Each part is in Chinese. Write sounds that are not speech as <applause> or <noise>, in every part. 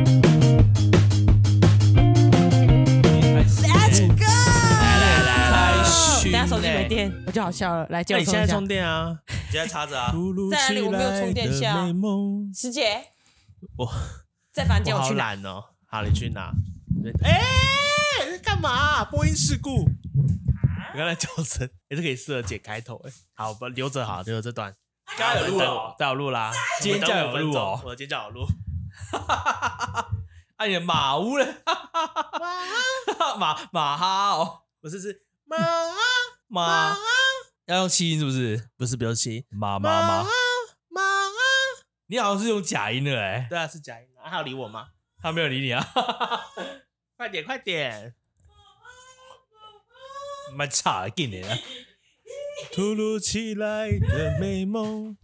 哦好笑了，来，那借我你现在充一下充。电 <laughs> 啊？你现在插着啊，突如在哪里我没有充电其线来啊的美梦，师姐，我在房我间我好去拿。懒哦。好，你去拿。哎、你干嘛、播音事故。我刚才叫声，哎也、是可以适合解开头哎、好，不留着好，留着这段。刚刚有录了了，哦对，有录啦。今我天们等叫有录哦五分钟我今天叫有录。啊，你的马乌嘞， <laughs> 马马哈哦，不是是马马，要用气音是不是？不是不用气，马马马，妈，你好像是用假音的哎，对啊，是假音啊。还有理我吗？他没有理你啊，快点快点！蛮差的，给你啊。突如其来的美梦，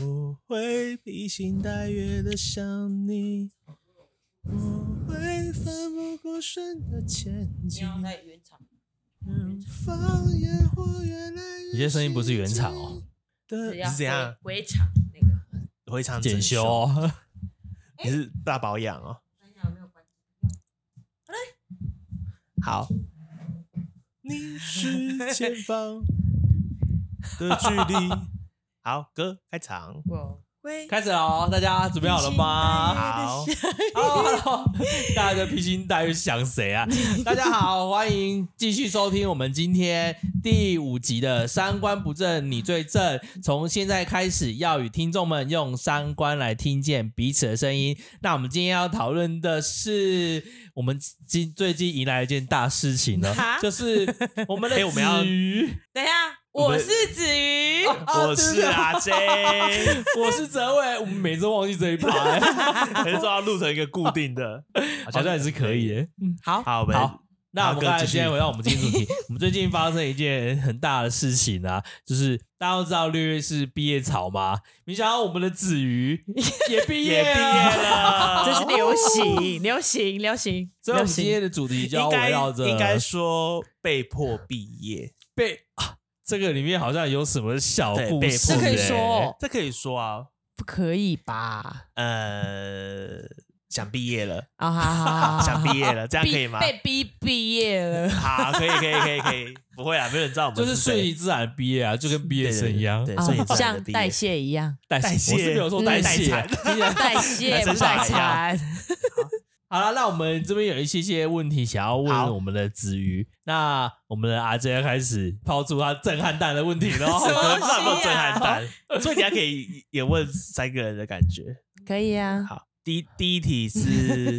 我会披星戴月的想你，我会奋不顾身的前你进要，在原厂，远方烟火越来越你这声音不是原厂哦接只近要的，是怎样？回回厂那个。回厂检修哦，你是大保养哦。等一下有没有关好，你是前方的距离。好，歌开场。我会开始喽，大家准备好了吗？好， Hello，大哦 <laughs> 家的披星戴月想谁 <laughs> 啊？大家好，欢迎继续收听我们今天第五集的《三观不正你最正》。从现在开始，要与听众们用三观来听见彼此的声音。那我们今天要讨论的是，我们今最近迎来一件大事情了哈，就是我们的 <laughs> 哎我们要子瑜，等一下，我我们是子瑜，我是阿 J，我是泽伟，我们每次都忘记这一趴、 <laughs> 可是说要录成一个固定的， <laughs> 好像也是可以、。耶。好， <laughs> 好，我们嗯好，那我们好刚才继续现在回到我们今天主题，我们最近发生一件很大的事情啊，就是大家都知道六月是毕业潮嘛，没想到我们的子瑜也毕也业毕业了， <laughs> 了，这是流行，流行，流行，所以我流们今天行。的主题就要应围绕着该应该说被迫毕业，被啊这个里面好像有什么小对故被事、迫这欸，可以说哦这可以说啊，不可以吧？呃，想毕业了，啊，好好好好，想毕业 <laughs> 了，这样逼可以吗？被逼毕业了，好，可以，可以，可以，可以， <laughs> 不会啊，没有人知道我们就是顺谁其自然毕业啊，就跟毕业对对生一样，对，啊所以自然像的毕业代谢一样，代代谢我是没有说代谢啊嗯，听起来代 <laughs> 谢还不真代是啊餐。好了，那我们这边有一些些问题想要好问我们的子瑜，那我们的阿 J 要开始抛出他震撼弹的问题喽。什么东西啊那么震撼弹， <laughs> 所以你还可以也问三个人的感觉。可以啊，好，第 <laughs> 一第一题是，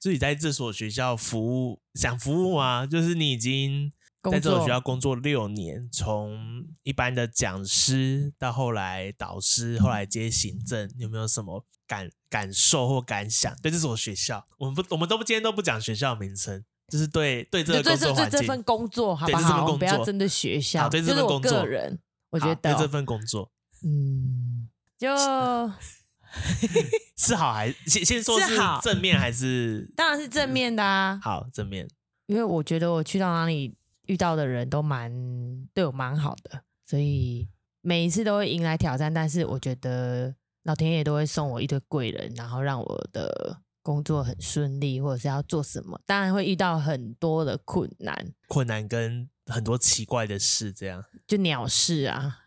就是你在这所学校服务，想服务吗？就是你已经在工这所作学校工作六年，从一般的讲师到后来导师，后来接行政，有没有什么感感受或感想？对这所学校，我们不，我们都不今天都不讲学校名称，就是对对这就个这工作这这环这境，份工作，好对不这份好？我们工不要作针对学校，好对就这是份我工作个人，我觉好对这得，份工作嗯，就 <laughs> 是好还先先说是是好正面还是当然是正面的啊，好正面？因为我觉得我去到哪里遇到的人都蛮对我蛮好的，所以每一次都会迎来挑战，但是我觉得老天爷都会送我一堆贵人，然后让我的工作很顺利，或者是要做什么，当然会遇到很多的困难，困难跟很多奇怪的事，这样。就鸟事 <laughs> 啊，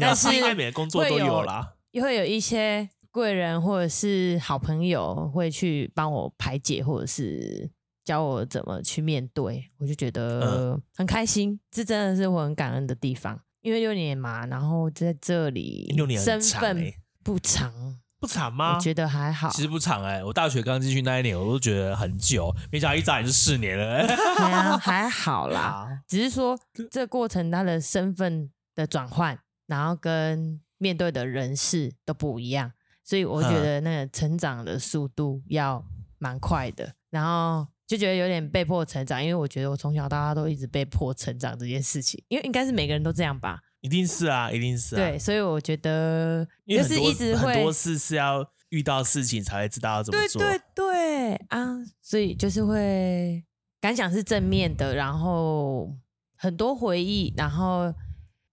但是应该每个工作都有啦，也会有一些贵人或者是好朋友会去帮我排解，或者是教我怎么去面对，我就嗯觉得很开心。这真的是我很感恩的地方，因为六年嘛，然后在这里，六年身很长份欸啊不长，不惨吗我？觉得还好。其实不长哎、我大学刚进去那一年，我都觉得很久，没想到一眨眼就四年了、欸。对啊，还好啦，好，只是说这过程他的身份的转换，然后跟面对的人事都不一样，所以我嗯觉得那个成长的速度要蛮快的，然后就觉得有点被迫成长，因为我觉得我从小到大都一直被迫成长这件事情，因为应该是每个人都这样吧，一定是啊，一定是啊。对，，所以我觉得因就为很是多一直会很多事是要遇到事情才会知道要怎么对做。对对啊，所以就是会感想是正面的，然后很多回忆，然后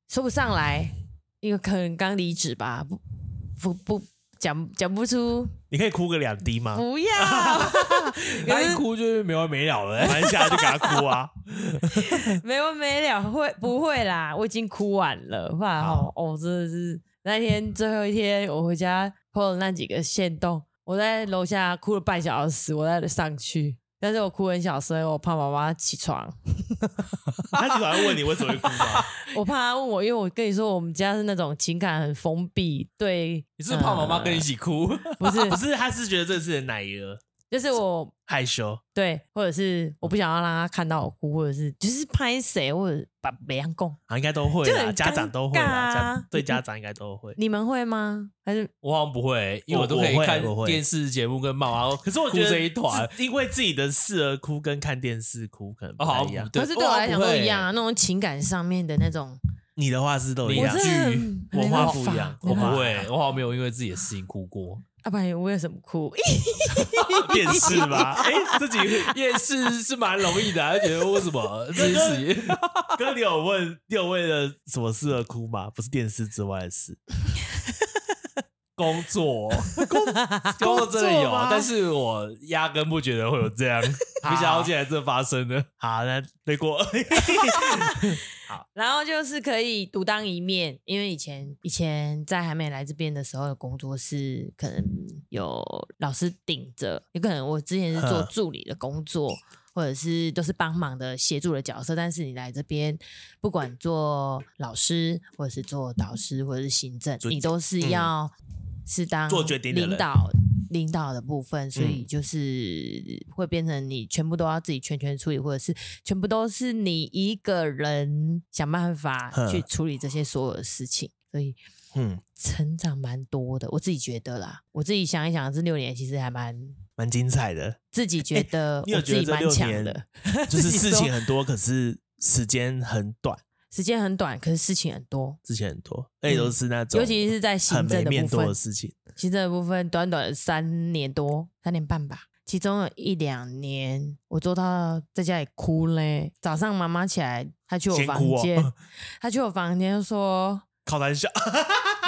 说不上来，因为可能刚离职吧，不不不讲讲不出，啊 <laughs> <laughs> 你可以哭个两滴吗？不要，他一哭就是没完没了哎了。玩下来就给他哭啊。 <laughs> 没完没了，会不会啦？我已经哭完了，不然哦，哦，真的是那天最后一天，我回家破了那几个线洞，我在楼下哭了半小时，我再上去，但是我哭很小声，我怕妈妈起床， <laughs> 他起床会问你为什么会哭吗？我怕她问我，因为我跟你说我们家是那种情感很封闭，对，呃你是不是怕妈妈跟你一起哭？ <laughs> 不是，不是，他是觉得这是奶油就是我害羞，对，或者是我不想要让他看到我哭，或者是就是拍谁或者把别人供，啊，应该都会就啦，很家长都会啦，尴尬啊家对 <laughs> 家长应该都会。你们会吗？还是 <laughs> 我好像不会，因为我我都可以我会看我会电视节目跟漫画，可是我觉哭得这一团自，因为自己的事而哭，跟看电视哭可能不哦太好一样像。可是对我来讲都一样啊。啊，那种情感上面的那种。你的话是都一你我样真，的很文没化办不一法样我没不办法会，我好像没有因为自己的事情哭过。啊，不然我为什么哭？电视吧？哎，自己 <laughs> 夜市是蛮容易的、啊，觉得为什 <laughs> 么这件事情？哥，你有问你有为了什么事而哭吗？不是电视之外的事。工作， <laughs> 工作真的有，但是我压根不觉得会有这 <laughs> 样，没想到竟然这发生了。好，那对过。然后就是可以独当一面，因为以前以前在还没来这边的时候的工作是可能有老师顶着，有可能我之前是做嗯助理的工作，或者是都是帮忙的协助的角色，但是你来这边，不管做老师，或者是做导师，或者是行政，做你都是嗯要是当做决定的人嗯领导领导的部分，所以就是会变成你全部都要自己全权处理，或者是全部都是你一个人想办法哼去处理这些所有的事情，所以嗯，成长蛮多的。我自己觉得啦，我自己想一想，这六年其实还蛮蛮精彩的，自己觉得哎你有我觉自得己这蛮六强年的，就是自己事说情很多，可是时间很短，时间很短，可是事情很多，事情很多，而且都是那种嗯尤其是在行很没政的面部多的分。事情。行政的部分短短的三年多，三年半吧。其中有一两年，我做到在家里哭嘞。早上妈妈起来，她去我先房哭哦间， <laughs> 她去我房间就说靠胆 <laughs> 笑，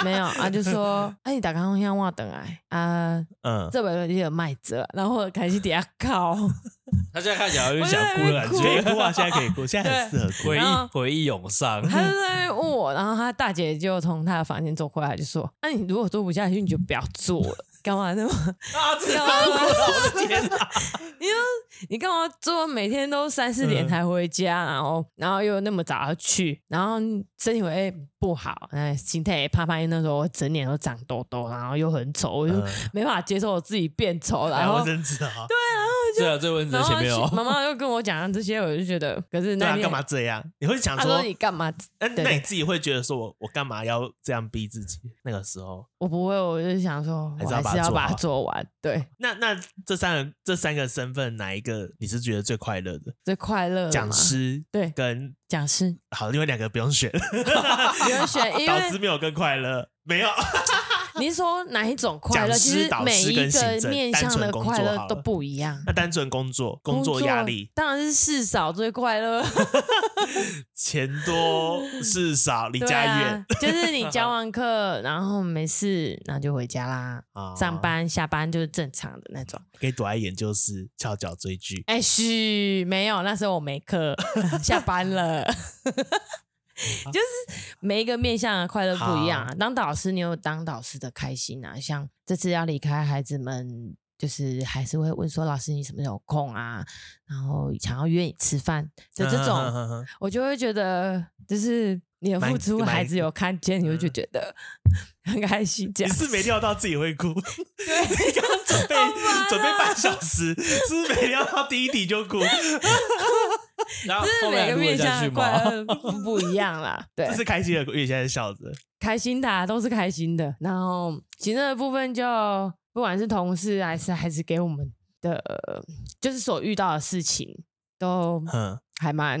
没有，啊就说，哎、你打开空箱我等来啊，嗯，这本你有卖折，然后我开始底下靠， <laughs> 他现在看起来有点想哭的感我可以在觉，哭啊，现在可以哭，现在很适合哭 <laughs> 回。然后忆回忆涌上。她就在那边问我，然后她大姐就从她的房间走回来，就说，那、你如果做不下去，你就不要做了，干嘛那么 <laughs> 啊，这干嘛？天哪！你说你干嘛做？每天都三四点才回家，然后然后又那么早要去，然后身体会不好，哎，心态也怕怕。因为那时候我整脸都长痘痘，然后又很丑，我就嗯没办法接受我自己变丑，然来后卫。生纸啊，对啊，这问题然在后前面去哦。妈妈又跟我讲这些，我就觉得，可是对那啊，天干嘛？这样？你会想她说说，你干嘛？那对那对你自己会觉得说我我干嘛要这样逼自己？那个时候，我不会，我就想说，还我是要还把是它要做把它好做完。对，那那这三个这三个身份，哪一个你是觉得最快乐的？最快乐的讲嘛，师对跟讲师， <laughs> 好，另外两个不用选，不用选，因导为师没有更快乐，没有。 <laughs> 你是说哪一种快乐？讲师其实导每师一跟行个政面单向纯的工快作乐好都了不一样。那单纯工作，工作压力，当然是事少最快乐，钱多事少，离对家啊远，就是你 <laughs> 教完课，然后没事，然后就回家啦。啊上班下班就是正常的那种。可以躲在研究室翘脚追剧。哎、嘘，没有，那时候我没课，下班了。啊 <laughs> 就是每一个面向的快乐不一样啊。当导师，你有当导师的开心啊。像这次要离开，孩子们就是还是会问说：“老师，你什么时候有空啊？”然后想要约你吃饭 <laughs> 的这嗯种，啊哼哼哼我就会觉得，就是你的蛮付出，蛮孩子有看见，你会就觉得很开心。这你样是没料到自己会哭， <laughs> 你对，刚刚准备啊准备半小时，是不是没料到第一题就 <laughs> 哭？然后就是后每个面还录得面下向去的快 <laughs> 吗？乐不不一样啦。对 <laughs> 这，是开心的哭，因为现在笑着。开心的、啊、都是开心的。然后行政的部分就不管是同事还是还是给我们的，呃就是所遇到的事情都嗯，还蛮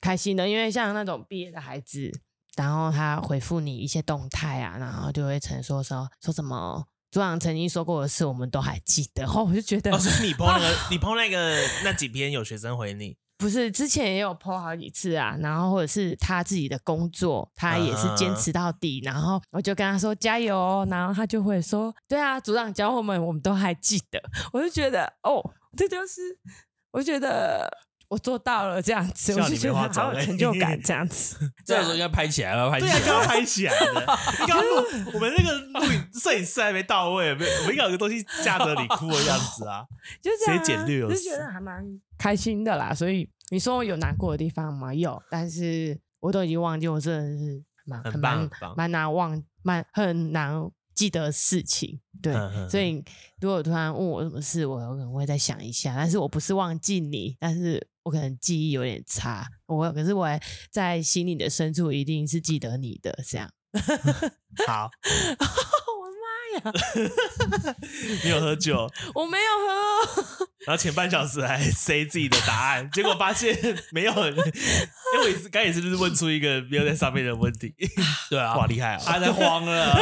开心的，因为像那种毕业的孩子，然后他回复你一些动态啊，然后就会曾说说说什么组长曾经说过的事，我们都还记得。然 <laughs> 后我就觉得哦，所以你碰那个， <laughs> 你碰那个那几篇有学生回你， <laughs> 不是，之前也有 PO 好几次啊，然后或者是他自己的工作，他也是嗯坚持到底，然后我就跟他说加油哦，然后他就会说，对啊，组长教我们，我们都还记得，我就觉得哦，这就是我觉得我做到了这样子，笑我就你觉没得话好讲有欸成就 <laughs> 感这样子。这个时候应该拍起来，要拍起对啊，就要来。拍起来 <laughs> 的。你刚刚录我们那个录影摄影师还没到位，没我们应该有个东西架着你哭的样子啊。就这样、啊，谁简略有就词觉得还蛮开心的啦。所以你说我有难过的地方吗？有，但是我都已经忘记，我真的是蛮很棒蛮很棒蛮难忘，蛮很难记得事情。对，嗯嗯所以如果突然问我什么事，我有可能会再想一下。但是我不是忘记你，但是我可能记忆有点差。我可是我还在心里的深处一定是记得你的。这样，好， <laughs> 我的妈呀，你有喝酒，我没有喝哦、然后前半小时还塞自己的答案，结果发现 <laughs> 没有，因为我也是刚也是问出一个没有在上面的问 <laughs> 题，对啊哇，，厉害啊！<laughs> 他在慌了。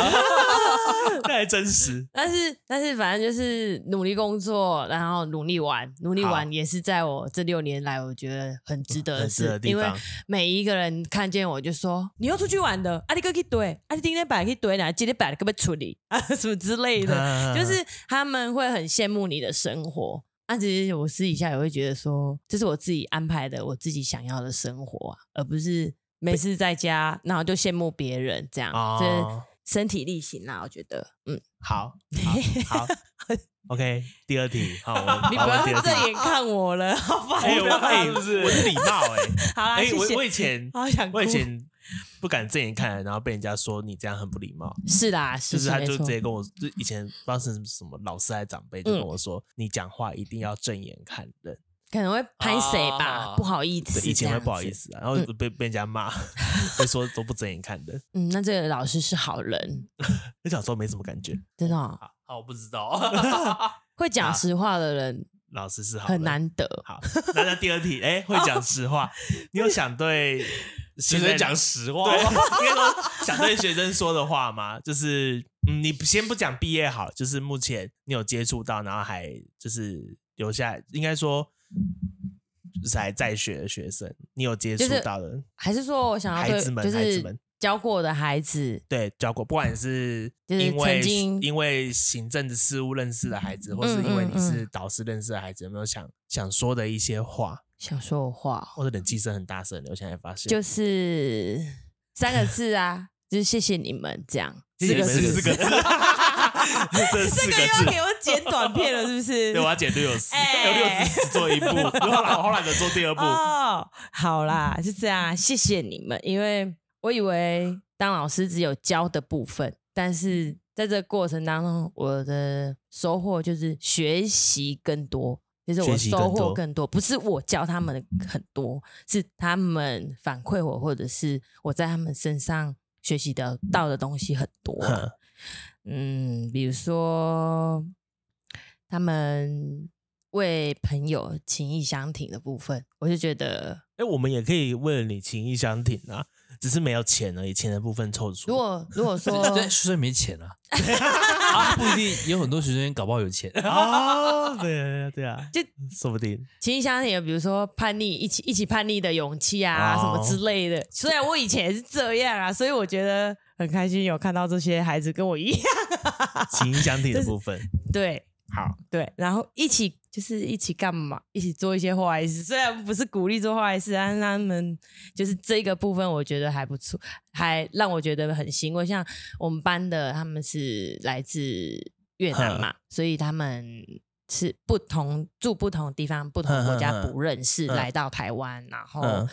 这还真 <laughs> 实，但是但是反正就是努力工作，然后努力玩，努力玩也是在我这六年来我觉得很值得的很值事得，的地因为方。每一个人看见我就说你又出去玩的，啊你哥去堆，啊你今天摆去堆哪，今天摆了个被处理啊什么之类的，嗯就是他们会很羡慕你的生活。但其实我私底下也会觉得说，这是我自己安排的，我自己想要的生活啊，而不是每次在家然后就羡慕别人这样，啊这、身体力行啦，我觉得，嗯。 <laughs> 好，好好，OK，第二题，好，<laughs> <laughs> 我你好不我要第二题正眼看我了，好吧？哎，我哎，好我是礼 <laughs> 貌哎，啦，哎，啊谢我谢我以 <laughs> 前好想哭我以前不敢正眼看人，然后被人家说你这样很不礼貌，是啦，就是是是他没就直错嗯接跟我，就以前不知道是什么老师还是长辈就跟我说，你讲话一定要正眼看人，可能会拍谁吧啊，不好意思，对，以前会不好意这样子。思啊，然后被被人家 <laughs> 骂，会说都不正眼看人， <laughs> 嗯，那这个老师是好人，就小时候没什么感觉，真的哦好，我不知道。会讲实话的人 <laughs> 老师是好很人。难得。好，那那第二题，哎，会讲实哦话，你有想对只现在能讲实话 <laughs> 对，。应该说想对学生说的话吗？就是，嗯，你先不讲毕业好，就是目前你有接触到，然后还就是留下来，应该说就是还在学的学生，你有接触到的，还是说我想要孩子对，们就孩子们是教过的孩子，对，教过，不管是就是因为曾经因为行政的事务认识的孩子，或是嗯因为嗯你是导师认识的孩子，有没有想想说的一些话，想说我话哦，或者冷气声很大声的，我现在发现就是三个字啊，就是谢谢你们这样。谢谢你们字四个 <laughs> 字， <laughs> 这四这个字个又要给我剪短片了，是不是？ <laughs> 对，我要剪六十，哎有六十只做一 <laughs> 部，我好懒，我好懒得做第二部。哦，好啦，是这样啊，谢谢你们，因为我以为当老师只有教的部分，但是在这个过程当中，我的收获就是学习更多。就是我学习更收获多嗯更多，不是我教他们很多，是他们反馈我，或者是我在他们身上学习的到的东西很多。 <laughs> 哼嗯，比如说他们为朋友情谊相挺的部分，我就觉得，哎，我们也可以为了你情意相挺啊，只是没有钱而已，钱的部分凑出。如果如果说 <laughs> 对，学生没钱啊， <laughs> 啊不一定，有很多学生搞不好有钱。啊，对对对啊，就说不定情谊相挺，比如说叛逆，一起一起叛逆的勇气啊，哦什么之类的。虽然我以前也是这样啊，所以我觉得很开心有看到这些孩子跟我一样，情意相挺的部 <laughs> 分。对。好，对，然后一起就是一起干嘛？一起做一些坏事，虽然不是鼓励做坏事，啊但是他们就是这个部分，我觉得还不错，还让我觉得很欣慰。像我们班的，他们是来自越南嘛，所以他们是不同住不同地方、不同国哼家哼哼不认识，嗯来到台湾，然后嗯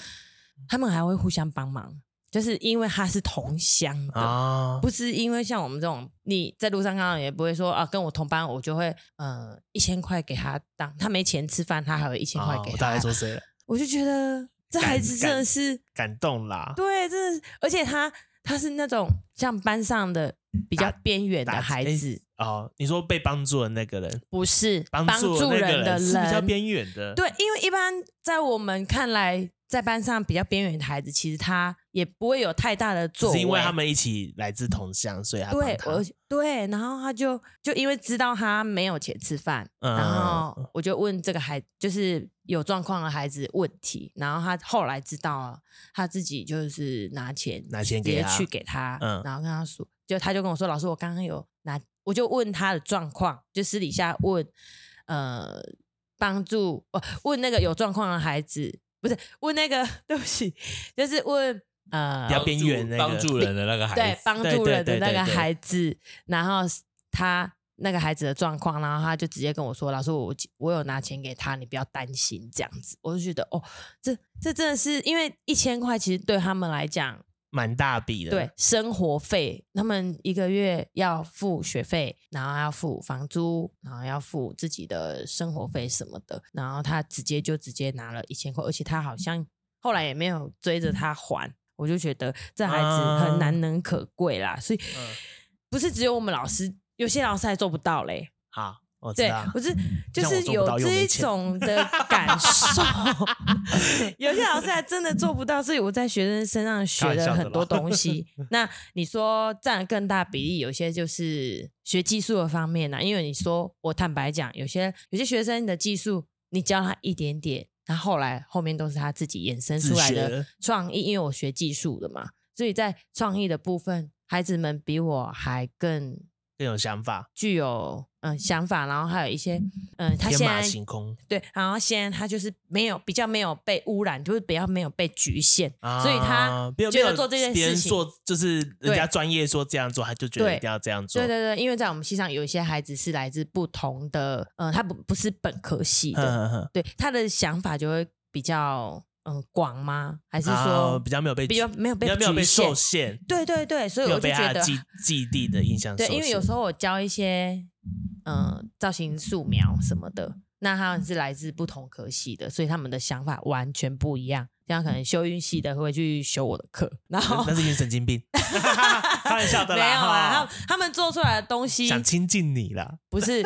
他们还会互相帮忙，就是因为他是同乡的。啊，不是因为像我们这种，你在路上看到也不会说啊，跟我同班，我就会呃一千块给他当，他没钱吃饭，他还有一千块啊给我他，大概说谁了？我就觉得这感孩子真的是感动啦，对，真的是，而且他他是那种像班上的比较边缘的打孩哎子，哦，你说被帮助的那个人，不是帮助的那个人的是比较人，边缘的，对，因为一般在我们看来，在班上比较边缘的孩子，其实他也不会有太大的只作为，是因为他们一起来自同乡，所以他帮对，他我对，然后他就就因为知道他没有钱吃饭，嗯然后我就问这个孩，就是有状况的孩子问题，然后他后来知道了，他自己就是拿钱拿钱直给接他去给他，嗯然后跟他说，就他就跟我说，老师，我刚刚有拿，我就问他的状况，就私底下问，呃。帮助哦，问那个有状况的孩子，不是问那个， <laughs> 对不起，就是问呃比，较边缘那个帮助人的那个孩子，对，帮对助对人的对那对个对孩子，然后他那个孩子的状况，然后他就直接跟我说：“老师，我我有拿钱给他，你不要担心。”这样子，我就觉得哦，这这真的是因为一千块，其实对他们来讲，蛮大笔的。对，生活费，他们一个月要付学费，然后要付房租，然后要付自己的生活费什么的，然后他直接就直接拿了一千块，而且他好像后来也没有追着他还，我就觉得这孩子啊很难能可贵啦，所以嗯不是只有我们老师，有些老师还做不到嘞。好，我哦知对道，。嗯我是就像我是做不有到又这没一钱种的感受，有些老师还真的做不到，所以我在学生身上学了很多东西。那你说占了更大比例，有些就是学技术的方面呢、啊因为你说我坦白讲，有些有些学生的技术，你教他一点点，他后来后面都是他自己衍生出来自学的创意，因为我学技术的嘛，所以在创意的部分，孩子们比我还更更有想法，具有嗯、呃想法，然后还有一些嗯、呃他天现马在行空对，然后现在他就是没有比较没有被污染，就是比较没有被局限，啊，所以他没有没觉有得做这件别人事情做就是人对家专业说这样做，他就觉得对一定要这样做。对对对，因为在我们系上有一些孩子是来自不同的，嗯、他不不是本科系哼的，哼哼对他的想法就会比较嗯、广吗？还是啊说比较没有被比较没有比被较没有被局限受限，对对对，所以没有我就被觉他的得基基地的印象受对，限。因为有时候我教一些嗯、呃造型素描什么的，那他们是来自不同科系的，所以他们的想法完全不一样。这样可能修运系的会去修我的课，然后 <laughs> 那那是因为神经 <laughs> 病，开玩笑的没啦。有啊，他哈们他们做出来的东西想亲近你啦，不是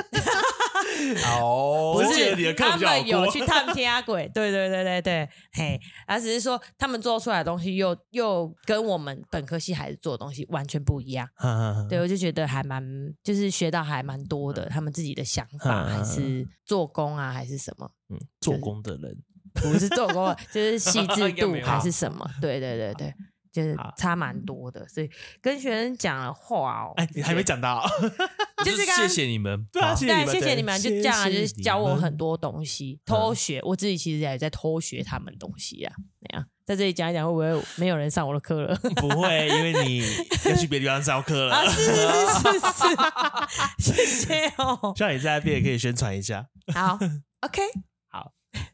<laughs> 哦 <laughs> 不我记是得你的课他比较好们有过去探天涯鬼，对对对对对，嘿，而只是说他们做出来的东西又又跟我们本科系孩子做的东西完全不一样。哼哼哼对，我就觉得还蛮，就是学到还蛮多的，他们自己的想法嗯还是做工啊，还是什么，嗯，做工的人不是做 <laughs> 工，啊就是细致应该度没有还是什么，对对对对，就是好差蛮多的，所以跟学生讲的话哦，哎，你还没讲到， <laughs> 就是刚谢刚谢你们，对啊，好谢对，谢谢谢你你们，们，就对这样啊，就是谢谢教我你们嗯很多东西，偷学，我自己其实也在偷学他们东西啊，那样在这里讲一讲，会不会没有人上我的课了？ <laughs> <laughs> 不会，因为你要去别的地方上课啊，了。是是是 <laughs> 是是，谢谢 <laughs> 哦，像你在那边也可以宣传一下。好，OK，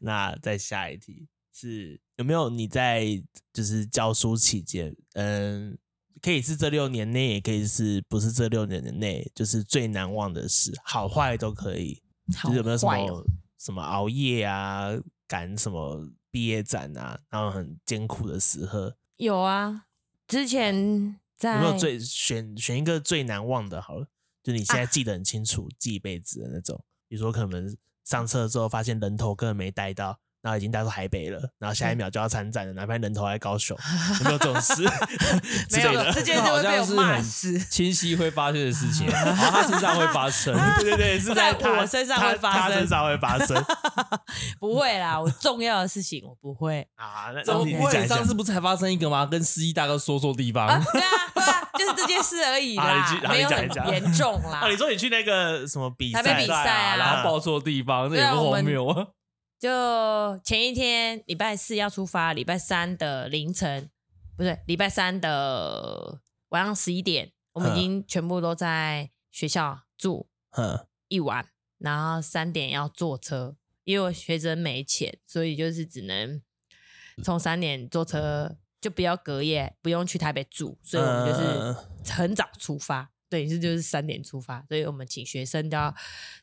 那再下一题是有没有你在就是教书期间，嗯，可以是这六年内，也可以是不是这六年内，就是最难忘的事，好坏都可以。好就是有没有什坏哦么什么熬夜啊，赶什么毕业展啊，然后很艰苦的时刻，有啊，之前在有没有最选选一个最难忘的？好了，就你啊现在记得很清楚，记一辈子的那种。比如说，可能上车之后发现人头根本没带到，然后已经带到台北了，然后下一秒就要参展了，哪怕人头还在高 <laughs> 雄，有没有这种事 <laughs> 之没类有这的？件事好会被像我是骂很死。清晰会发生的事 <laughs> 情，然后他身上会发 <laughs> 生。对对对，是在他我身上他会发他身生上会发生不会啦，我重要的事情我不会啊！那怎那么你不你讲会？一下上次不是才发生一个吗？跟司仪大哥说错地啊， <laughs> 方，对啊，对啊，就是这件事而已啦好你，去好没有你讲很一讲严重啦哦，。你说你去那个什么比赛？台北比赛啊然然后后报错地方，这对也啊不我荒们谬啊！就前一天礼拜四要出发，礼拜三的凌晨，不对，礼拜三的晚上十一点，我们已经全部都在学校住嗯，一晚，然后三点要坐车，因为我学生没钱，所以就是只能从三点坐车，就不要隔夜，不用去台北住，所以我们就是很早出发，等于是就是三点出发，所以我们请学生都要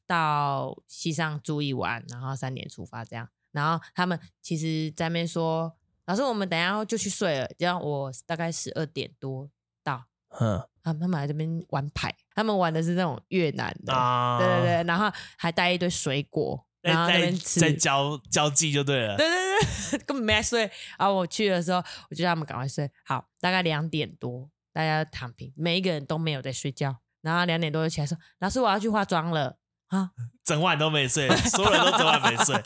到西上住一晚，然后三点出发这样。然后他们其实在那边说，老师，我们等一下就去睡了，这样我大概十二点多到，嗯他们他们来这边玩牌，他们玩的是那种越南的。啊，对对对，然后还带一堆水果，在然后那在边吃。在对交交际就对了。对对， <laughs> 根本没在睡。然后我去的时候，我就让他们赶快睡。好，大概两点多，大家躺平，每一个人都没有在睡觉。然后两点多就起来说：“老师，我要去化妆了。” <laughs> 啊，整晚都没睡，所有人都整晚没 <laughs> 睡。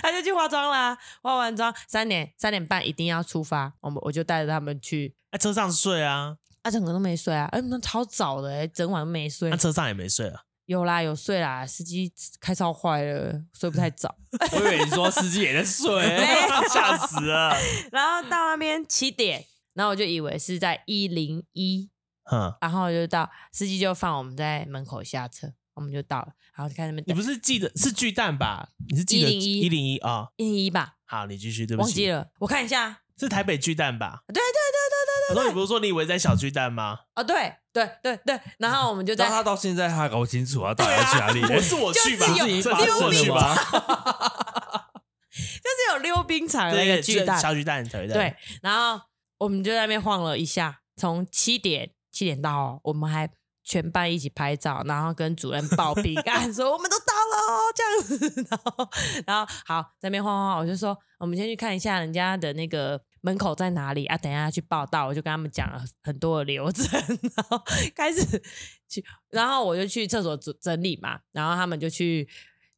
他就去化妆啦。化完妆三点三点半一定要出发，我们我就带着他们去。在车上睡啊，啊，整个都没睡啊，哎、那超早的、欸，整晚都没睡那、。车上也没睡啊。有啦，有睡啦，司机开超坏了，睡不太早。 <laughs> 我以为你说司机也在睡，啊吓死了。然后到那边七点，然后我就以为是在一零一， <laughs> 哼，然后就到司机就放我们在门口下车，我们就到了，然后就看那边你等不是记得是巨蛋吧？你是记得101一零一啊？一零一吧，好，你继续，对不忘起，记了，我看一下，是台北巨蛋吧？对对对我说你不是说你以为在小巨蛋吗？对对，哦对对对 <laughs> 对，然后我们就 <laughs> 但他在到现在他还搞不清楚啊，到底要去哪 <laughs> 里？欸我是我去吧，就是有这是有我去吧， <laughs> 就是有溜冰场的那对个巨蛋，小巨蛋，小巨蛋，对，然后我们就在那边晃了一下，从七点七点到哦，我们还全班一起拍照，然后跟主任报 <laughs> 平安说我们都到了哦，这样子， <laughs> 然后然后好在那边晃晃晃，我就说我们先去看一下人家的那个。门口在哪里啊？等一下去报道，我就跟他们讲了很多的流程，然后开始去，然后我就去厕所整整理嘛，然后他们就去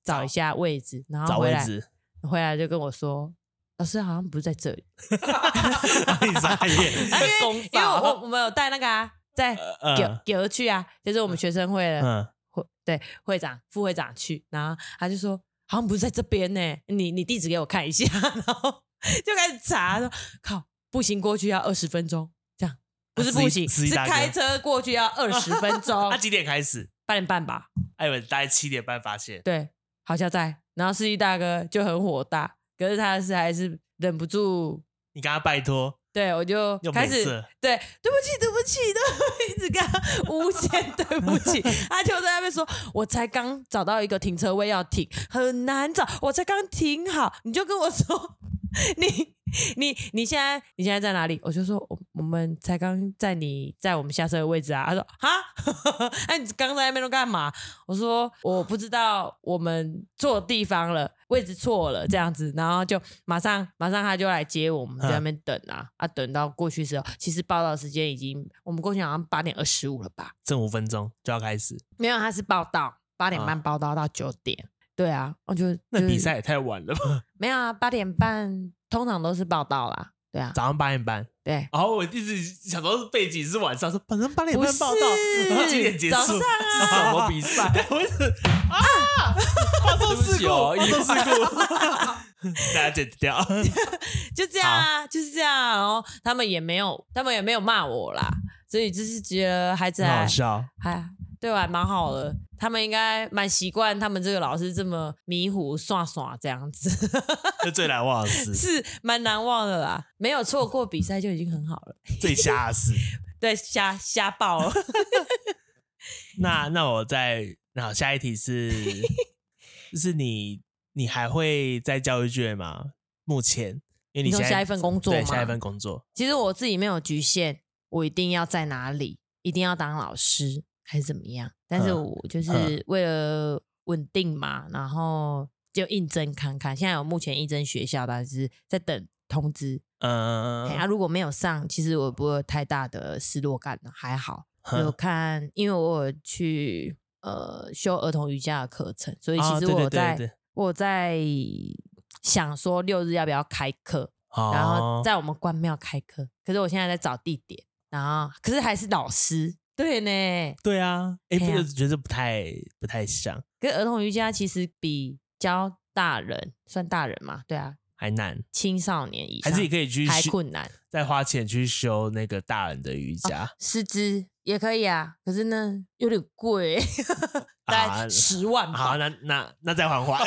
找一下位置，然后找回位来置， <laughs> 回来就跟我说，老师好像不是在这里，你傻 <laughs> 眼，啊，因为公因为法我我们有带那个啊，在哦嗯给给儿去啊，就是我们学生会的嗯，会对会长副会长去，然后他就说好像不是在这边呢，你你地址给我看一下， <laughs> 然后就开始查，说靠步行过去要二十分钟，这样不是啊司机步行司是机大哥啊开车过去要二十分 <laughs> 钟他，几点开始？八点半吧，哎，我大概七点半发现，对，好像在，然后司机大哥就很火大，可是他是还是忍不住你跟他拜托，对，我就又美开始色对，对不起，对不起，对，一直跟他无限对不起，他就在那边说，我才刚找到一个停车位要停，很难找，我才刚停好，你就跟我说，你你你现在你现在在哪里？我就说，我我们才刚在你在我们下车的位置啊。他说，哈， <laughs> 那、你刚在那边都干嘛？我说我不知道我们错地方了，位置错了这样子，然后就马上马上他就来接我嗯们，在那边等啊、啊，等到过去时候，其实报道时间已经我们过去好像八点二十五了吧？剩五分钟就要开始，没有，他是报道八点啊半报道到九点，对啊，我就那就是比赛也太晚了吧？没有啊，八点半通常都是报道啦，对啊，早上八点半，对。然后我一直想说是背景是晚上，说本身八点 <laughs> 不半是报道，然 <laughs> 后几点结束？早上是啊， <laughs> 什么比赛？对我一直啊，发生事故，发对不起生事故， <laughs> 大家剪掉。 <laughs> 就这样啊，就是这样啊、然后他们也没有，他们也没有骂我啦，所以就是觉得孩子很好还笑，还对我还蛮好的，他们应该蛮习惯他们这个老师这么迷糊耍耍这样子， <laughs> 这最难忘的 <laughs> 事，是蛮难忘的啦。没有错过比赛就已经很好了，最瞎的事。对，瞎瞎爆了。那那我再，那好，下一题 <laughs> 是，就是你你还会在教育界吗？目前，因为你现说在下一份工作对吗？下一份工作，其实我自己没有局限，我一定要在哪里，一定要当老师还是怎么样。但是嗯我就是嗯为了稳定嘛，然后就应征看看。现在我目前应征学校，但是在等通知。嗯哎，啊，如果没有上，其实我不会有太大的失落感啊，<laughs> 还好。有哼看，因为我有去呃修儿童瑜伽的课程，所以啊其实对我对对在、对我在想说六日要不要开课。然后哦在我们关庙开课。可是我现在在找地点，然后可是还是老师。对呢，对啊，哎，嘿这啊个觉得不太不太像，跟儿童瑜伽其实比教大人算大人嘛，对啊，还难，青少年以还上是你可以去还修困难，再花钱去修那个大人的瑜伽，师资也可以啊，可是呢有点 <laughs> 贵，大概啊十万吧。好，那那那再缓缓，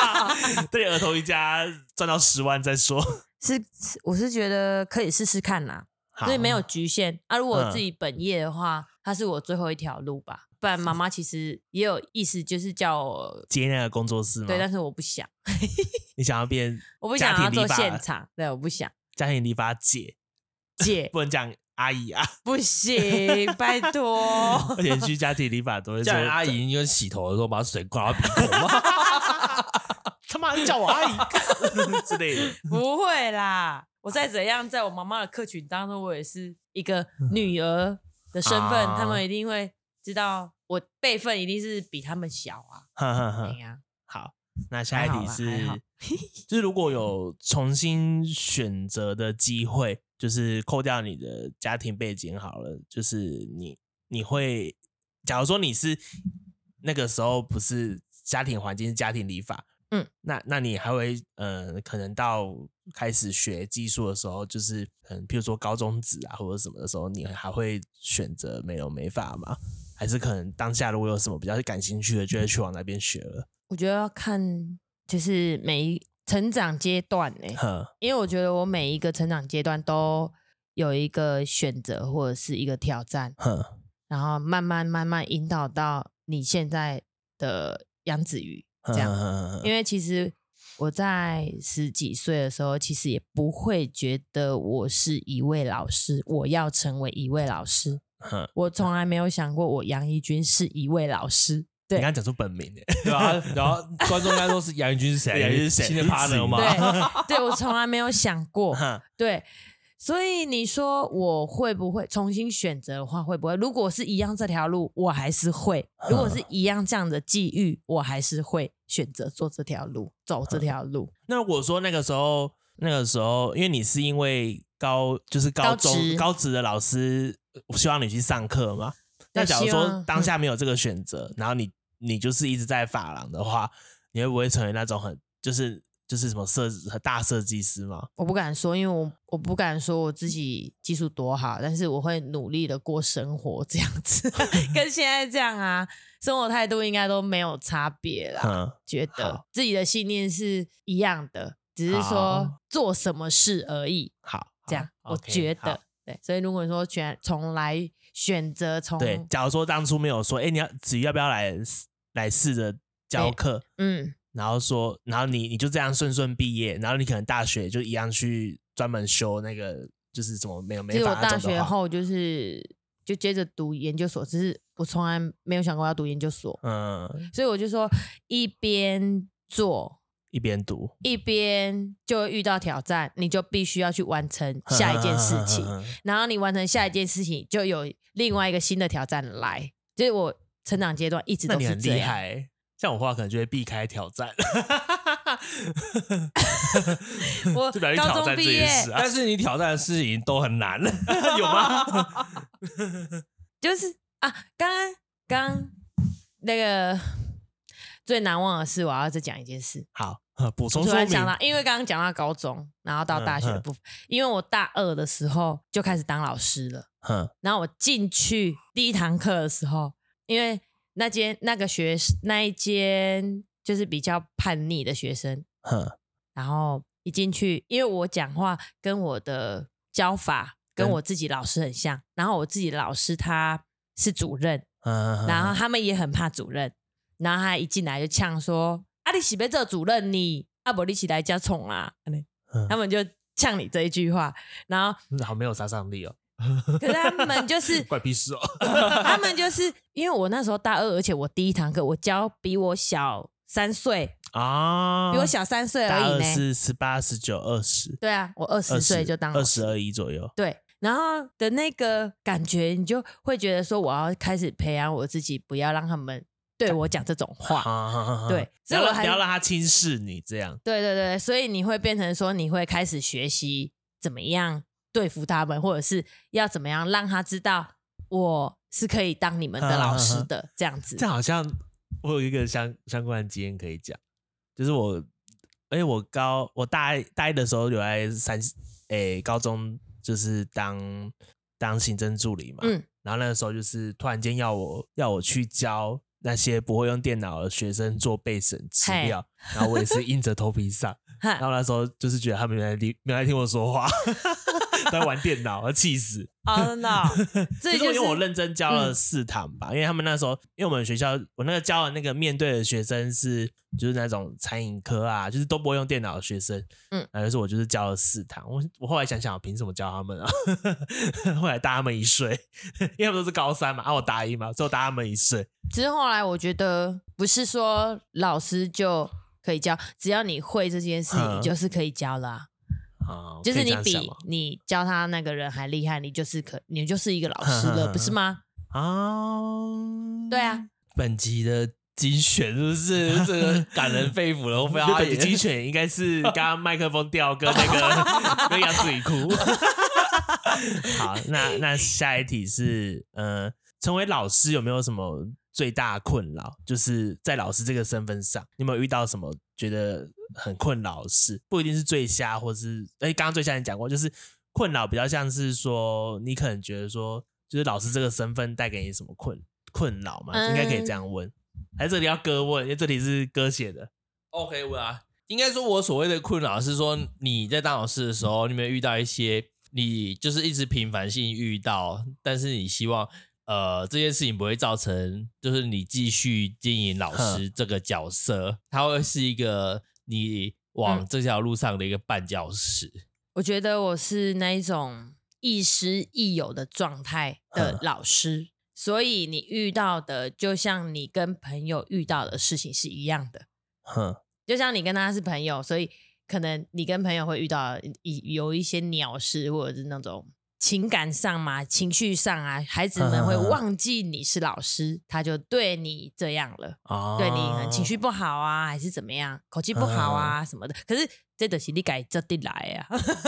<laughs> 对儿童瑜伽赚到十万再说。是，是我是觉得可以试试看啦，好 <laughs> 所以没有局限啊。如果我嗯自己本业的话，它是我最后一条路吧。不然妈妈其实也有意思，就是叫我接那个工作室吗？对，但是我不想。你想要变我不家想庭要做理发现场，对，我 <laughs> 不想。家庭理发姐，姐，不能讲阿姨啊，不行，拜 <laughs> 托。而且去家庭理发都 <laughs> 会说叫人阿姨，你就洗头的时候把水灌到鼻孔吗？ <laughs> 他妈叫我阿姨 <laughs> 之类的。 <laughs> 不会啦，我再怎样，在我妈妈的客群当中，我也是一个女儿的身份，嗯啊他们一定会知道我辈分一定是比他们小啊。哼嗯哼哎哼，呀， <laughs> 好，那下一题还好啦是，就是如果有重新选择的机会，就是扣掉你的家庭背景好了，就是你你会，假如说你是那个时候不是家庭环境是家庭理法，嗯，那那你还会呃，可能到开始学技术的时候，就是嗯，譬如说高中职啊或者什么的时候，你还会选择美容美发吗？还是可能当下如果有什么比较感兴趣的，就会去往那边学了？我觉得要看就是每一成长阶段 <laughs> 呢、哼，因为我觉得我每一个成长阶段都有一个选择或者是一个挑战，哼，然后慢慢慢慢引导到你现在的杨子瑜这样。样因为其实我在十几岁的时候，其实也不会觉得我是一位老师，我要成为一位老师。哼，我从来没有想过我杨一军是一位老师。你对刚刚讲出本 <laughs> 名诶， <laughs> 对吧？然后观众应该说是杨宇君是谁？杨宇君是谁新的 partner 吗？对，对我从来没有想过。哼对，所以你说我会不会重新选择的话，会不会？如果是一样这条路，我还是会；如果是一样这样的际遇，我还是会选择做这条路，走这条路。那我说那个时候，那个时候，因为你是因为高就是高高中职高职的老师呃希望你去上课嘛？对那假如希说望当下没有这个选择， <laughs> 然后你你就是一直在发廊的话，你会不会成为那种很就是就是什么设很大设计师嘛？我不敢说，因为我我不敢说我自己技术多好，但是我会努力的过生活，这样子 <laughs> 跟现在这样啊，生活态度应该都没有差别啦。嗯，觉得好自己的信念是一样的，只是好说做什么事而已。好，这样，好我，OK，觉好得对。所以如果说选从来选择从对。假如说当初没有说，哎、你要子瑜要不要来来试着教没课？嗯，然后说，然后你你就这样顺顺毕业，然后你可能大学就一样去专门修那个就是怎么没有其没实我法那大种学的话，后就是就接着读研究所，只是我从来没有想过要读研究所，嗯，所以我就说一边做。一边读一边就会遇到挑战，你就必须要去 <laughs> 完成下一件事情。然后你完成下一件事情，就有另外一个新的挑战来。就是我成长阶段一直那都你是很这厉样。害欸，像我的话可能就会避开挑 <laughs> 战，我就不要去挑战高中 <laughs> 这毕业件事啊，但是你挑战的事情都很 <laughs> 难，有 <laughs> 吗？就是啊，刚刚刚那个最难忘的是，我要再讲一件事。好，补充突说然明嗯想到，因为刚刚讲到高中，然后到大学的部分，因为我大二的时候就开始当老师了。嗯然后我进去第一堂课的时候，因为那间那个学那一间就是比较叛逆的学生，嗯，然后一进去，因为我讲话跟我的教法跟跟我自己老师很像，然后我自己老师他是主任，嗯然后他们也很怕主任，然后他一进来就呛说：“啊，你是不是做主任你？啊，不，你起来加宠啊！”嗯他们就呛你这一句话，然后好没有杀伤力哦，可是他们就是怪屁 <laughs> 事哦，他们就是因为我那时候大二，而且我第一堂课我教比我小三岁，啊，比我小三岁大而已二呢。是十八、十九、二十，对啊，我二十岁就当老二师十二一左右，对，然后的那个感觉，你就会觉得说，我要开始培养我自己，不要让他们对我讲这种话。啊对不所以要我让还不要让他轻视你这样。对对对，所以你会变成说，你会开始学习怎么样对付他们，或者是要怎么样让他知道我是可以当你们的老师的、这样子嗯这。好像我有一个相相关的经验可以讲，就是我，哎，我高我大一大一的时候有在三，哎，高中就是当当行政助理嘛，嗯然后那个时候就是突然间要我要我去教那些不会用电脑的学生做备审资嘿料，然后我也是硬着头皮 <laughs> 上，然哈后那时候就是觉得他们原来听没有在听我说 <laughs> 话，都在玩电脑，要气死。哦，真的哦， <laughs> 这就是就因为我是嗯认真教了四堂吧，因为他们那时候，因为我们学校我那个教的那个面对的学生是就是那种餐饮科啊，就是都不会用电脑的学生，嗯嗯，然后就是我就是教了四堂，我我后来想想，我凭什么教他们啊？ <laughs> 后来大他们一岁， <laughs> 因为他们都是高三嘛，啊我大一嘛，最后大他们一岁，只是后来我觉得不是说老师就可以教，只要你会这件事，嗯你就是可以教啦、啊，就是可以你这样想比吗你教他那个人还厉害，你就是可你就是一个老师了， <laughs> 不是吗？啊，对啊，本集的精选是 <laughs> 不是这个感人肺腑的？我非我要们本集啊精选应该是刚刚麦克风掉跟那 <laughs> 个跟杨子宇哭。好，那那下一题是，呃，成为老师有没有什么最大的困扰，就是在老师这个身份上，你有没有遇到什么觉得很困扰的事？不一定是最瞎，或是哎，刚刚最瞎你讲过，就是困扰比较像是说，你可能觉得说，就是老师这个身份带给你什么困困扰嘛？嗯应该可以这样问，还是这里要哥问？因为这里是哥写的。 OK，我啊，应该说，我所谓的困扰是说，你在当老师的时候，你有没有遇到一些你就是一直频繁性遇到，但是你希望呃这件事情不会造成，就是你继续经营老师这个角色，它会是一个你往嗯这条路上的一个绊脚石。我觉得我是那一种亦师亦友的状态嗯的老师，所以你遇到的就像你跟朋友遇到的事情是一样的，哼，就像你跟他是朋友，所以可能你跟朋友会遇到一有一些鸟事，或者是那种情感上嘛、情绪上啊，孩子们会嗯嗯嗯忘记你是老师，他就对你这样了。哦对你可能情绪不好啊，还是怎么样，口气不好嗯啊什么的。可是这都是你改这地来啊， <laughs>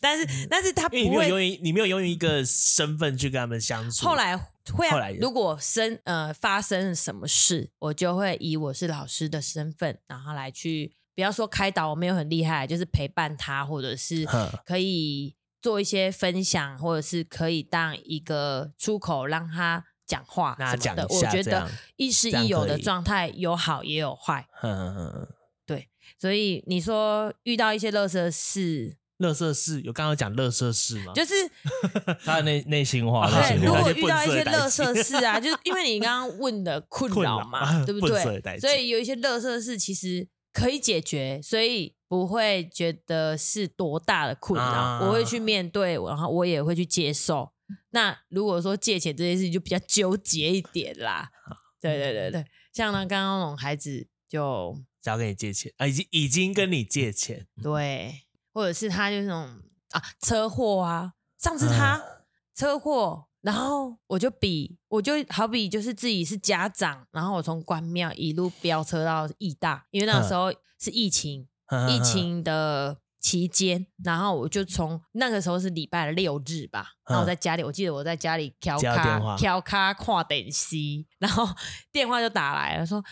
但是但是他不嗯因为你没有会。用一，你没有用一个身份去跟他们相处。后来会后啊来，如果生呃发生了什么事，我就会以我是老师的身份，然后来去不要说开导，我没有很厉害，就是陪伴他，或者是 <laughs> 哼，可以做一些分享，或者是可以当一个出口让他讲话那什么讲的。一我下觉这得样亦师这样亦友可的以状态有好也有坏，哼哼哼哼，所以你说遇到一些乐色事，乐色事有刚刚有讲乐色事 <laughs> 吗？就是他的内内心话，啊内对，心如话那果些遇到笨一些色的乐代色志事 <laughs> 啊，就是因为你刚刚问的困困扰扰嘛，啊对不 <laughs> 笨色的代志对？所以有一些乐色事其实可以解决，所以不会觉得是多大的困扰，啊我会去面对，然后我也会去接受。那如果说借钱这件事情就比较纠结一点啦，对对对对，像呢刚刚那种孩子就想要跟你借钱啊，已经已经跟你借钱，对，或者是他就是那种啊车祸啊，上次他、车祸，然后我就比我就好比就是自己是家长，然后我从关庙一路飙车到义大，因为那嗯时候是疫情，哼 <laughs> 疫，哼情的期间，然后我就从那个时候是礼拜六日吧，然后我在家里，我记得我在家里调嗯接到电卡话调卡跨点西，然后电话就打来了，说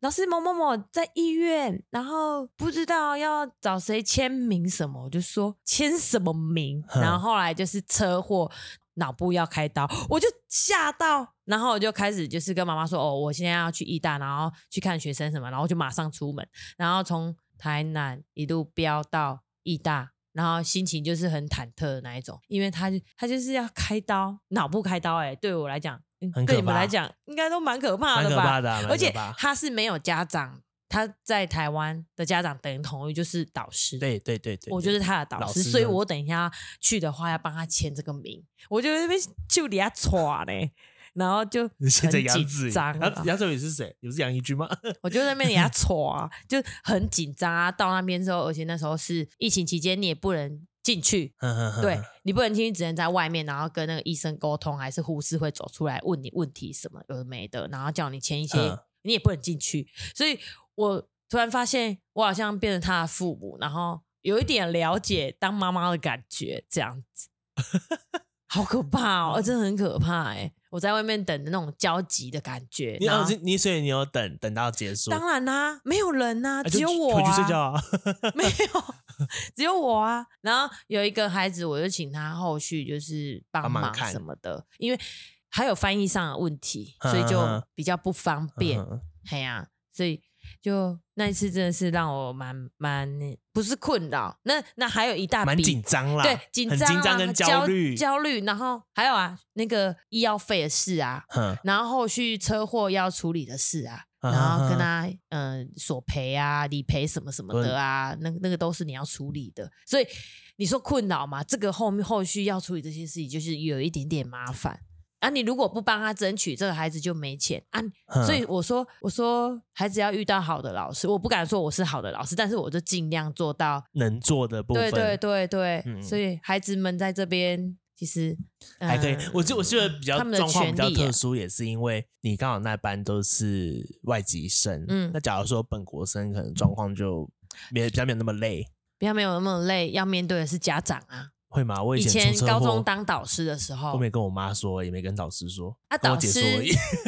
老师某某某在医院，然后不知道要找谁签名什么，我就说签什么名，嗯然后后来就是车祸。脑部要开刀，我就吓到，然后我就开始就是跟妈妈说，哦，我现在要去医大，然后去看学生什么，然后我就马上出门，然后从台南一路飙到义大，然后心情就是很忐忑的那一种，因为他就他就是要开刀，脑部开刀、哎，对我来讲，嗯很可对你们怕来讲应该都蛮可怕 <laughs> 蛮的可吧？怕的啊，蛮而且可怕他是没有家长，他在台湾的家长等同于就是导师，对对对对，我就是他的导老师，师所以呢我等一下去的话要帮他签这个名，我就在那边就底下歘嘞，然后就 <laughs> 你现在很杨子紧宇，张啊、杨杨子宇是谁？你不是杨一军吗？我就在那 <laughs> 边给他戳啊，就很紧张啊。到那边之后，而且那时候是疫情期间，你也不能进去，对对，你不能进去，只能在外面，然后跟那个医生沟通，还是护士会走出来问你问题什么有的没的，然后叫你签一些，嗯你也不能进去。所以我突然发现，我好像变成他的父母，然后有一点了解当妈妈的感觉，这样 <laughs> 子，好可怕嗯哦，真的很可怕哎、我在外面等的那种焦急的感觉， <laughs> 你然后哦，你所以你有等等到结束，当然啦、没有人呐、啊就只有我、啊、回去睡觉啊。没有， <laughs> 只有我啊。然后有一个孩子，我就请他后续就是帮帮忙忙看什么的，因为还有翻译上的问题，所以嗯嗯就嗯比较不方便。嗯嘿呀、所以就那一次真的是让我蛮蛮不是困扰，那那还有一 <laughs> 大蛮笔紧张啦，对，紧很张、啊、紧张跟焦虑，焦虑，然后还有啊，那个医药费的事啊，哼然后后续车祸要处理的事啊，啊哈哈然后跟他嗯、呃索赔啊、理赔什么什么的啊，那那个都是你要处理的，所以你说困扰嘛，这个后面后续要处理这些事情，就是有一点点麻烦。啊，你如果不帮他争取，这个孩子就没钱啊。哼所以我说，我说孩子要遇到好的老师，我不敢说我是好的老师，但是我就尽量做到。能做的部对分，对对对，嗯所以孩子们在这边其实、呃还可以。哎我觉得我觉得比较嗯他们的状况比较权利啊特殊，也是因为你刚好那班都是外籍生，嗯那假如说本国生，可能状况就没比较没有那么累，不要没有那么累，要面对的是家长啊。会吗？我以前前出车高祸中当导师的时候我没跟我妈说，也没跟导师说，啊，跟我导姐师说而已 <laughs> <laughs>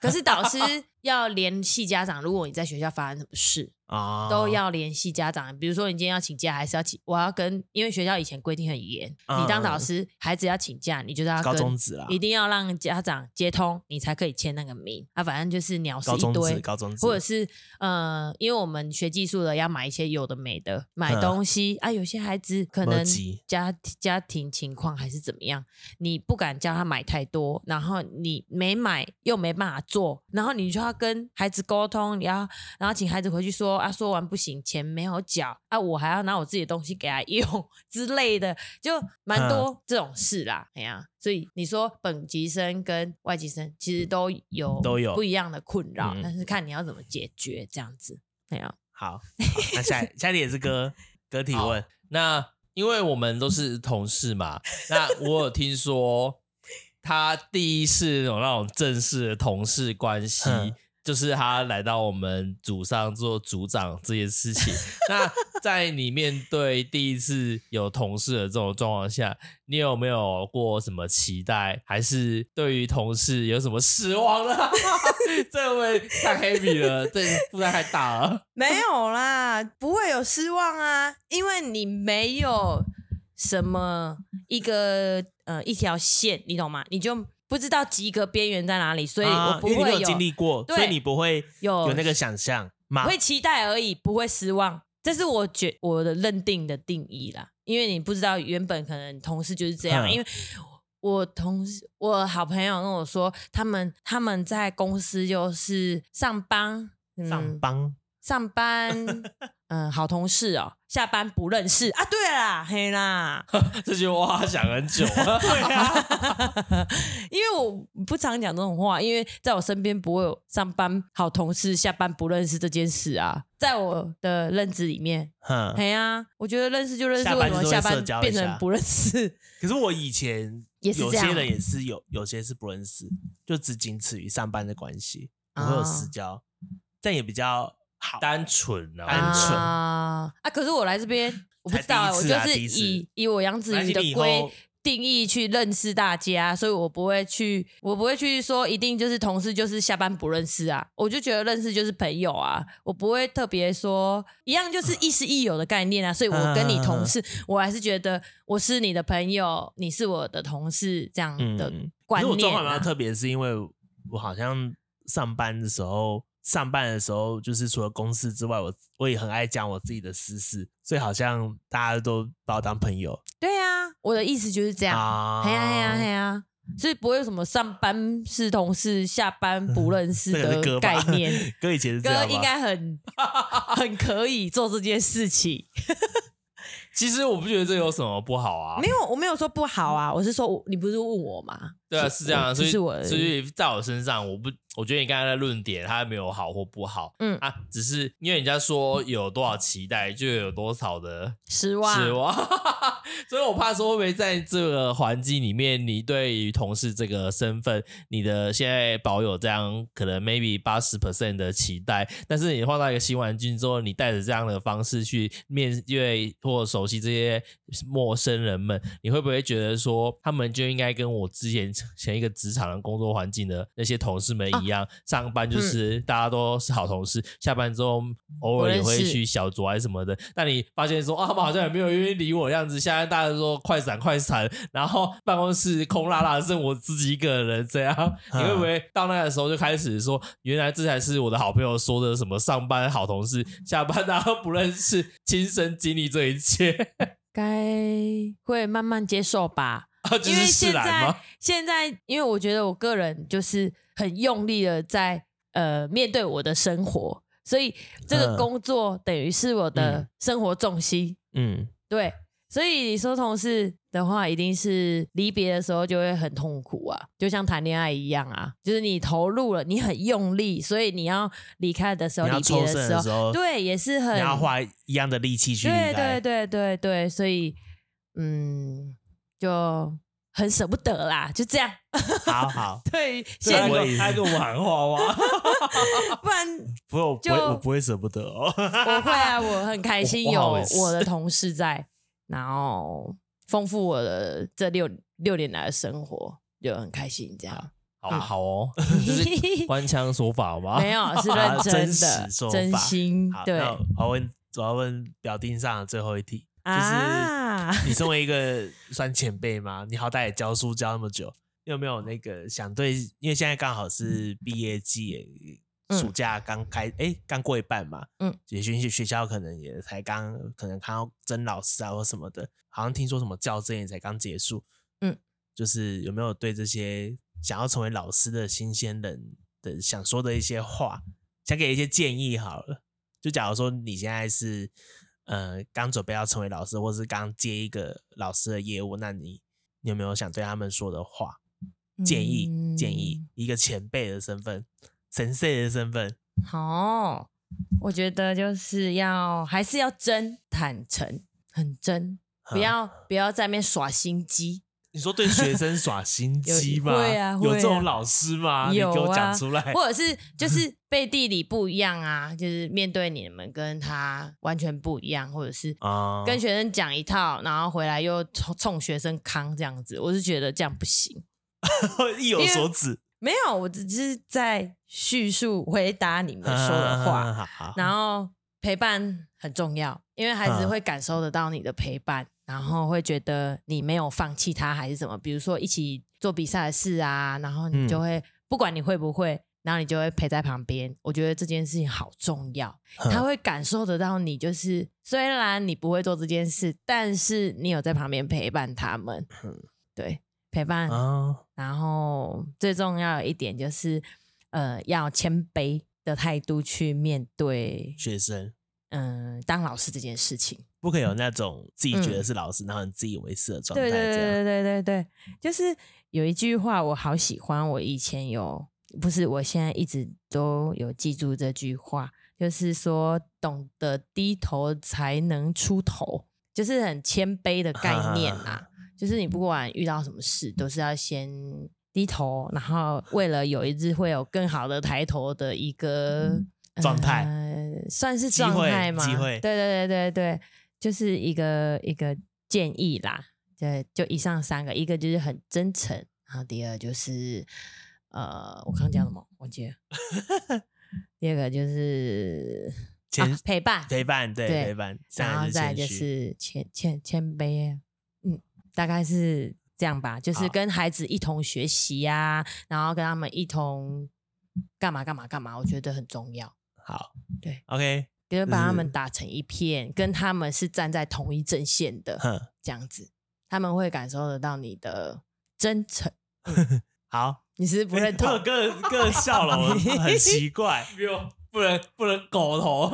可是导师要联系家长，如果你在学校发生什么事，啊，都要联系家长。比如说你今天要请假，还是要请？我要跟，因为学校以前规定很严，嗯你当导嗯师，孩子要请假，你就是要高跟中职啦，一定要让家长接通，你才可以签那个名啊。反正就是鸟事高中一职，堆，高中职，或者是呃，因为我们学技术的要买一些有的没的，买嗯东西、啊，有些孩子可没能钱家家庭情况还是怎么样，你不敢叫他买太多，然后你没买又没办法做，然后你就要跟孩子沟通，你要然后请孩子回去说啊，说完不行，钱没有缴啊，我还要拿我自己的东西给他用 <laughs> 之类的，就嗯蛮多这种事啦，哎呀、所以你说本籍生跟外籍生其实都有都有不一样的困扰，嗯但是看你要怎么解决这样子。哎呀、好，好那下一下一题也是哥哥提问，那因为我们都是同事嘛，那我有听说他第一次有那种正式的同事关系嗯，就是他来到我们组上做组长这件事情。那在你面对第一次有同事的这种状况下，你有没有过什么期待，还是对于同事有什么失望呢？ <laughs> 这位太 heavy 了，这负担太大了。没有啦，不会有失望啊，因为你没有什么一个呃一条线，你懂吗？你就不知道及格边缘在哪里，所以啊我不因为你会没有经历过，对所以你不会有有那个想象嘛我？会期待而已，不会失望。这是我觉我的认定的定义啦，因为你不知道原本可能同事就是这样，嗯因为。我同事，我好朋友跟我说，他们他们在公司就是上班，嗯、上班 <laughs> 上班，嗯，好同事哦，下班不认识啊，对啦，<laughs> 嘿啦，这句话想很久， <laughs> 因为我不常讲这种话，因为在我身边不会有上班好同事下班不认识这件事啊，在我的认知里面，哼，哎呀、我觉得认识就认识，嗯下为班什么就是下会班社交一变下成不 <laughs> 认识？可是我以前也是有这些样人也是有，有些是不认识，就只仅此于上班的关系，不会有私啊交，这样也比较好。单纯啊，单纯啊啊！可是我来这 <laughs> 边，我不知才道、我第一次就啊是第一次以以我杨子反瑜正你的以后规定义去认识大家，所以我不会去，我不会去说一定就是同事就是下班不认识啊，我就觉得认识就是朋友啊，我不会特别说一样啊就是亦师亦友的概念啊，所以我跟你同事，我还是觉得我是你的朋友，你是我的同事这样的嗯可观是我状念、况比较啊。特别，是因为我好像上班的时候，上班的时候就是除了公事之外，我我也很爱讲我自己的私事，所以好像大家都把我当朋友对啊，我的意思就是这样。啊。嘿呀嘿呀嘿呀，所以不会有什么上班是同事，下班不认 <laughs> 识这个是的歌吧概念。 <laughs> 哥以前是这哥样应吧？该很 <laughs> 很可以做这件事情，其实我不觉得这有什么不好 <laughs> 啊没，有，我没有说不好啊，我是说我你不是问我吗？对啊，是这样啊，我所以是我所以在我身上，我不，我觉得你刚才的论点它没有好或不好，嗯啊，只是因为人家说有多少期待，就有多少的失望，失望， <laughs> 所以我怕说会不会在这个环境里面，你对于同事这个身份，你的现在保有这样可能 maybe 八十 percent 的期待，但是你换到一个新环境之后，你带着这样的方式去面对或熟悉这些陌生人们，你会不会觉得说他们就应该跟我之前前一个职场的工作环境的那些同事啊们一样，上班嗯就是大家都是好同事，下班之后偶尔也不会认识去小酌还是什么的。但你发现说啊，他们好像也没有愿意理我的样子，现在大家都说快闪快闪，然后办公室空落落，剩我自己一个人 <laughs> 这样，你嗯会不会到那个时候就开始说，原来这才是我的好朋友说的什么上班好同事，下班大家都不认识，亲身经历这一切， <laughs> 该会慢慢接受吧。啊，就因为是释现然在吗？现在，因为我觉得我个人就是很用力的在呃面对我的生活，所以这嗯个工作等于是我的嗯生活重心。嗯，对，所以你说同事的话，一定是离别的时候就会很痛苦啊，就像谈恋爱一样啊，就是你投入了，你很用力，所以你要离开的时候，你要离抽别身的的时时候，候，对，也是你很要花一样的力气 <laughs> 去离对开对。对对对，所以嗯，就很舍不得啦，就这样。 <laughs> 好好，对，对啊先我也还跟我们喊话吗？不然 <laughs> 不过我不就会，我不会舍不得哦。我会啊，我很开心我有我好也是我的同事在，然后丰富我的这六六年来的生活，就很开心这样。好啊好哦，就是官腔说法好吗？没有，是啊认真真的实，说真法心好，对那我要问，我要问表定上的最后一题，啊你身为一个算前辈嘛，你好歹也教书教那么久，你有没有那个想对？因为现在刚好是毕业季，嗯暑假刚开，哎、刚过一半嘛，嗯，也许学学校可能也才刚，可能看到甄老师啊或什么的，好像听说什么教甄也才刚结束，嗯，就是有没有对这些想要成为老师的新鲜人的想说的一些话，想给一些建议好了。就假如说你现在是呃刚准备要成为老师，或是刚接一个老师的业务，那你你有没有想对他们说的话？建议、建议嗯，一个前辈的身份，神圣的身份，好，我觉得就是要还是要真坦诚，很真，不嗯要不要在那边耍心机。你说对学生耍心有机吗？会啊有会这啊种老师吗？有你给我啊讲出来。或者是就是背地里不一样啊，就是面对你们跟他完全不一样，或者是啊 <laughs> 跟学生讲一套，然后回来又冲冲学生康这样子，我是觉得这样不行。意有因为所指没有，我只是在叙述回答你们说的 <laughs> 嗯话，好好然后陪伴很重要，因为孩子嗯会感受得到你的陪伴，然后会觉得你没有放弃他还是什么，比如说一起做比赛的事啊，然后嗯你就会、不管你会不会，然后你就会陪在旁边。我觉得这件事情好重要，嗯他会感受得到你，就是虽然你不会做这件事，但是你有在旁边陪伴他们，嗯对，陪伴啊，然后最重要的一点就是，呃，要谦卑的态度去面对，学生嗯、当老师这件事情。不可以有那种自己觉得嗯是老师，然后你自以为是的状态，对对这 <laughs> 样对对对对，就是有一句话我好喜欢，我以前有，不是，我现在一直都有记住这句话，就是说懂得低头才能出头，就是很谦卑的概念啊。就是你不管遇到什么事，都是要先低头，然后为了有一日会有更好的抬头的一个嗯状态呃算是机状会态吗？机会对对对对对，就是一个一个建议啦。对，就以上三个，一个就是很真诚，然后第二就是呃，我刚刚讲什么忘记了。 <laughs> 第二个就是谦啊、陪伴，陪伴，对对陪伴，然后再再来来就谦虚是谦谦谦卑啊，嗯，大概是这样吧，就是好跟孩子一同学习呀、然后跟他们一同干嘛干嘛干嘛，我觉得很重要，好，对，OK，就是把他就是们打成一片，跟他们是站在同一阵线的，哼，这样子他们会感受得到你的真诚。嗯 <laughs> 好，你是不是不认同？各各各笑了， <laughs> 我很奇怪，不用不能不能狗头，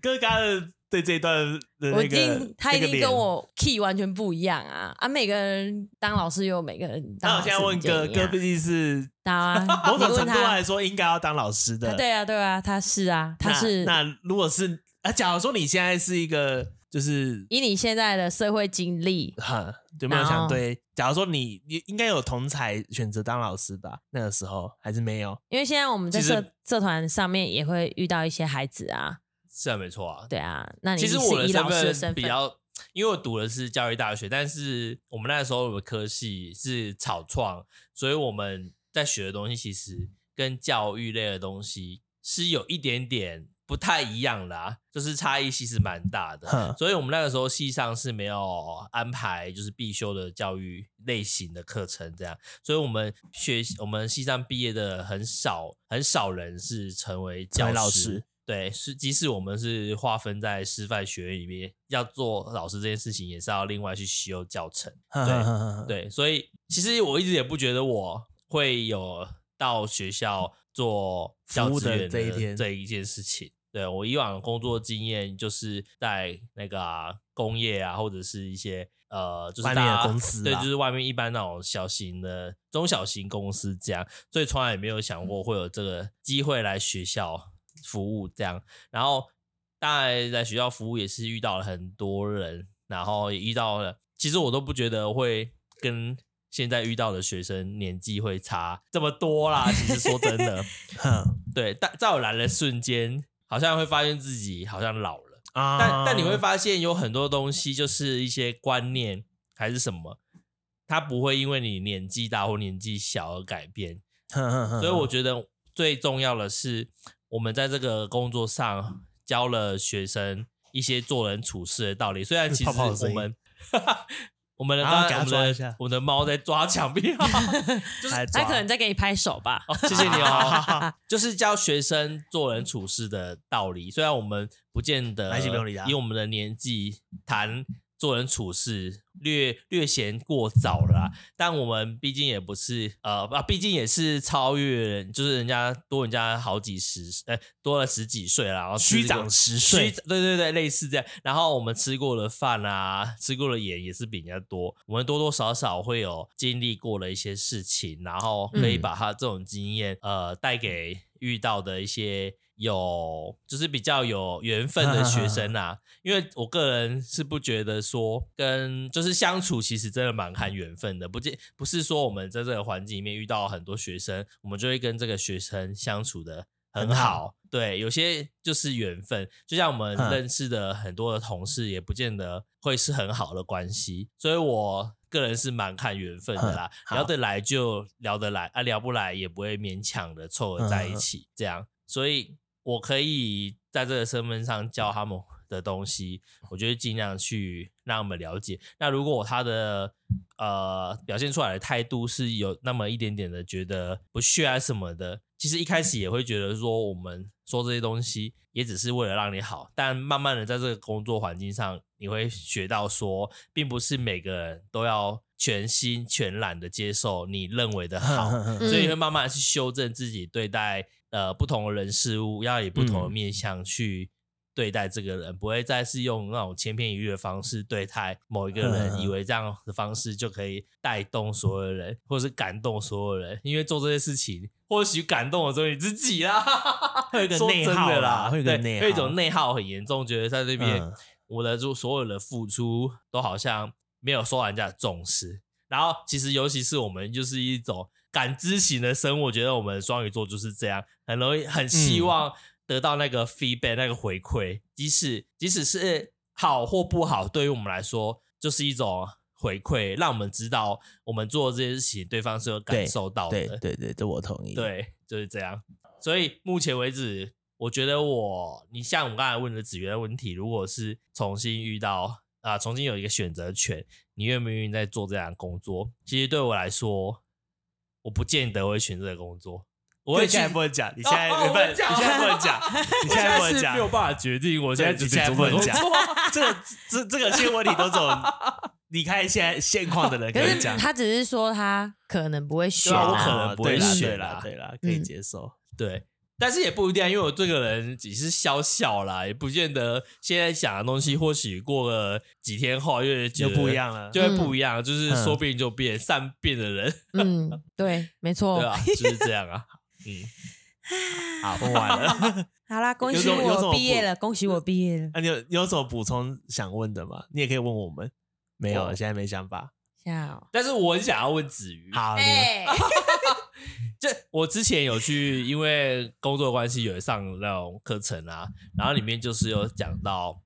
各刚的对这一段的我那个一定，，他一那个定脸跟。我 key 完全不一样啊！啊，每个人当老师有每个人那当老我师现在问哥，的建议哥啊毕竟 <laughs> 是，当啊 <laughs> 某你种问程度他来说应该要当老师的他，对啊，对啊，他是啊，他那是。那如果是啊，假如说你现在是一个就是以你现在的社会经历，哈，有没有然想后对？假如说你你应该有同才选择当老师吧？那个时候还是没有，因为现在我们在其社实社团上面也会遇到一些孩子啊，是啊，没错啊。对啊，那你其实是我的以老师的身身份比较，因为我读的是教育大学，但是我们那时候的科系是草创，所以我们在学的东西其实跟教育类的东西是有一点点不太一样啦、就是差异其实蛮大的。哼，所以我们那个时候系上是没有安排就是必修的教育类型的课程这样，所以我们学我们系上毕业的很少很少人是成为成教为老师师，对，是即使我们是划分在师范学院里面，要做老师这件事情，也是要另外去修教程。哼对哼哼哼对，所以其实我一直也不觉得我会有到学校做教服务职的员这一天这一件事情。对我以往的工作经验就是在那个啊、工业啊，或者是一些呃，就是外面的大家公司对，啦就是外面一般那种小型的、中小型公司这样，所以从来也没有想过会有这个机会来学校服务这样。然后当然在学校服务也是遇到了很多人，然后也遇到了，其实我都不觉得会跟现在遇到的学生年纪会差这么多啦。其实说真的， <laughs> 哼对，但在我来的瞬间，好像会发现自己好像老了。啊但但你会发现有很多东西就是一些观念还是什么，它不会因为你年纪大或年纪小而改变。所所以我觉得最重要的是，我们在这个工作上教了学生一些做人处事的道理。虽然其实泡泡的我声音们 <laughs> 我们的啊刚给它刚我抓一们下的我们的猫在抓墙 <laughs> 壁，就是他可能在给你拍手吧。哦，谢 <laughs> 谢你哦， <laughs> 就是教学生做人处事的道理。虽然我们不见得还是不用理他以我们的年纪谈做人处事，略略嫌过早了啦。但我们毕竟也不是呃啊，毕竟也是超越人，就是人家多人家好几十，呃，多了十几岁啦，然后吃虚过长十虚岁，对对对，类似这样。然后我们吃过的饭啊，吃过的盐也是比人家多，我们多多少少会有经历过的一些事情，然后可以嗯把他这种经验、呃带给遇到的一些有就是比较有缘分的学生啊。因为我个人是不觉得说跟就是相处，其实真的蛮看缘分的，不见不是说我们在这个环境里面遇到很多学生，我们就会跟这个学生相处的很很好好。对，有些就是缘分，就像我们嗯认识的很多的同事，也不见得会是很好的关系，所以我个人是蛮看缘分的啦，嗯好聊得来就聊得来，啊聊不来也不会勉强的凑合在一起，这样，所以我可以在这个身份上教他们的东西，我觉得尽量去让我们了解。那如果他的呃表现出来的态度是有那么一点点的觉得不屑啊什么的，其实一开始也会觉得说我们说这些东西也只是为了让你好，但慢慢的在这个工作环境上，你会学到说，并不是每个人都要全心全然的接受你认为 <laughs> 的好，嗯所以会慢慢地去修正自己对待呃不同的人事物，要以不同的嗯面向去对待这个人，不会再是用那种千篇一律的方式对待某一个人，嗯以为这样的方式就可以带动所有人，或是感动所有人。因为做这些事情，或许感动的只有你自己啦，会有一个 <laughs> 说内真耗的啦会有一个对内会有一耗种内耗很严重，觉得在这边、嗯我的就所有的付出都好像没有受到人家的重视。然后其实尤其是我们就是一种感知型的生物，我觉得我们双鱼座就是这样，很容易很希嗯望得到那个 feedback 那个回馈，即使即使是好或不好，对于我们来说就是一种回馈，让我们知道我们做这件事情对方是有感对受到的。对对对，这我同意。，对，就是这样。所以目前为止，我觉得我，你像我刚才问的子源的问题，如果是重新遇到啊、重新有一个选择权，你愿不愿意再做这样的工作？其实对我来说，我不见得会选这个工作。我我会也去现在不能讲，你现在哦哦不能，我你讲现在不能 <laughs> 讲，你现在不能是讲没，有办法决定，我现在对只你是现在做不能工讲作 <laughs> <laughs> 这个这这个些问题都只有离开现在现况的人可可以是讲。他只是说他可能不会选对啊，我啊可能不会对啦对选啦嗯啦，对啦，可以接受。对，但是也不一定啊，因为我这个人只是笑笑啦，也不见得现在想的东西，或许过了几天后又会觉就得不一样了就会不一样，就是嗯说变就变，善变的人，嗯，对，没错对。啊，就是这样啊。嗯，好，问完了。 <laughs> 好啦，恭有喜种有我种毕业不了，恭喜我毕业了。那啊你有你有什么补充想问的吗？你也可以问我们。没有，我嗯现在没想法。下哦，但是我很想要问子瑜，好，你们哎，这我之前有去，因为工作关系有上那种课程啊，然后里面就是有讲到，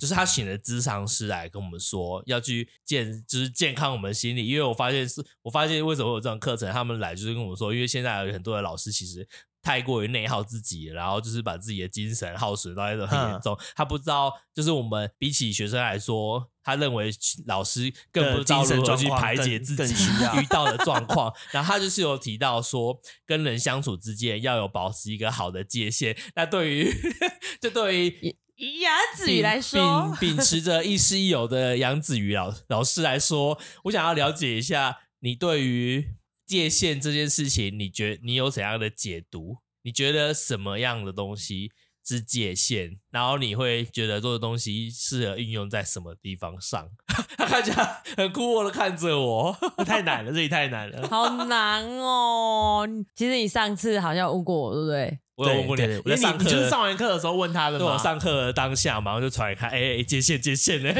就是他请了咨商师来跟我们说要去健，就是健康我们心理，因为我发现是，我发现为什么会有这种课程，他们来就是跟我们说，因为现在有很多的老师其实。太过于内耗自己，然后就是把自己的精神耗损到一种很严重。他不知道，就是我们比起学生来说，他认为老师更不知道如何去排解自更己更需要 <laughs> 遇到的状况。然后他就是有提到说，跟人相处之间要有保持一个好的界限。那对于 <laughs> 这对于以雅子秉宇来说，秉秉持着亦师亦友的杨子瑜老老师来说，我想要了解一下你对于界限这件事情，你觉你有怎样的解读？你觉得什么样的东西是界限？然后你会觉得这个东西适合运用在什么地方上？ <laughs> 他看起来很酷惑的看着我， <laughs> 太难了，这里太难了。 <laughs> 好难哦。其实你上次好像问过我，对不对？我有问过你，对对我因在为上你课你就是的上完课的时候问他的对我嘛。上课的当下，马上就传给他，哎、哎接线接 <laughs> 线嘞、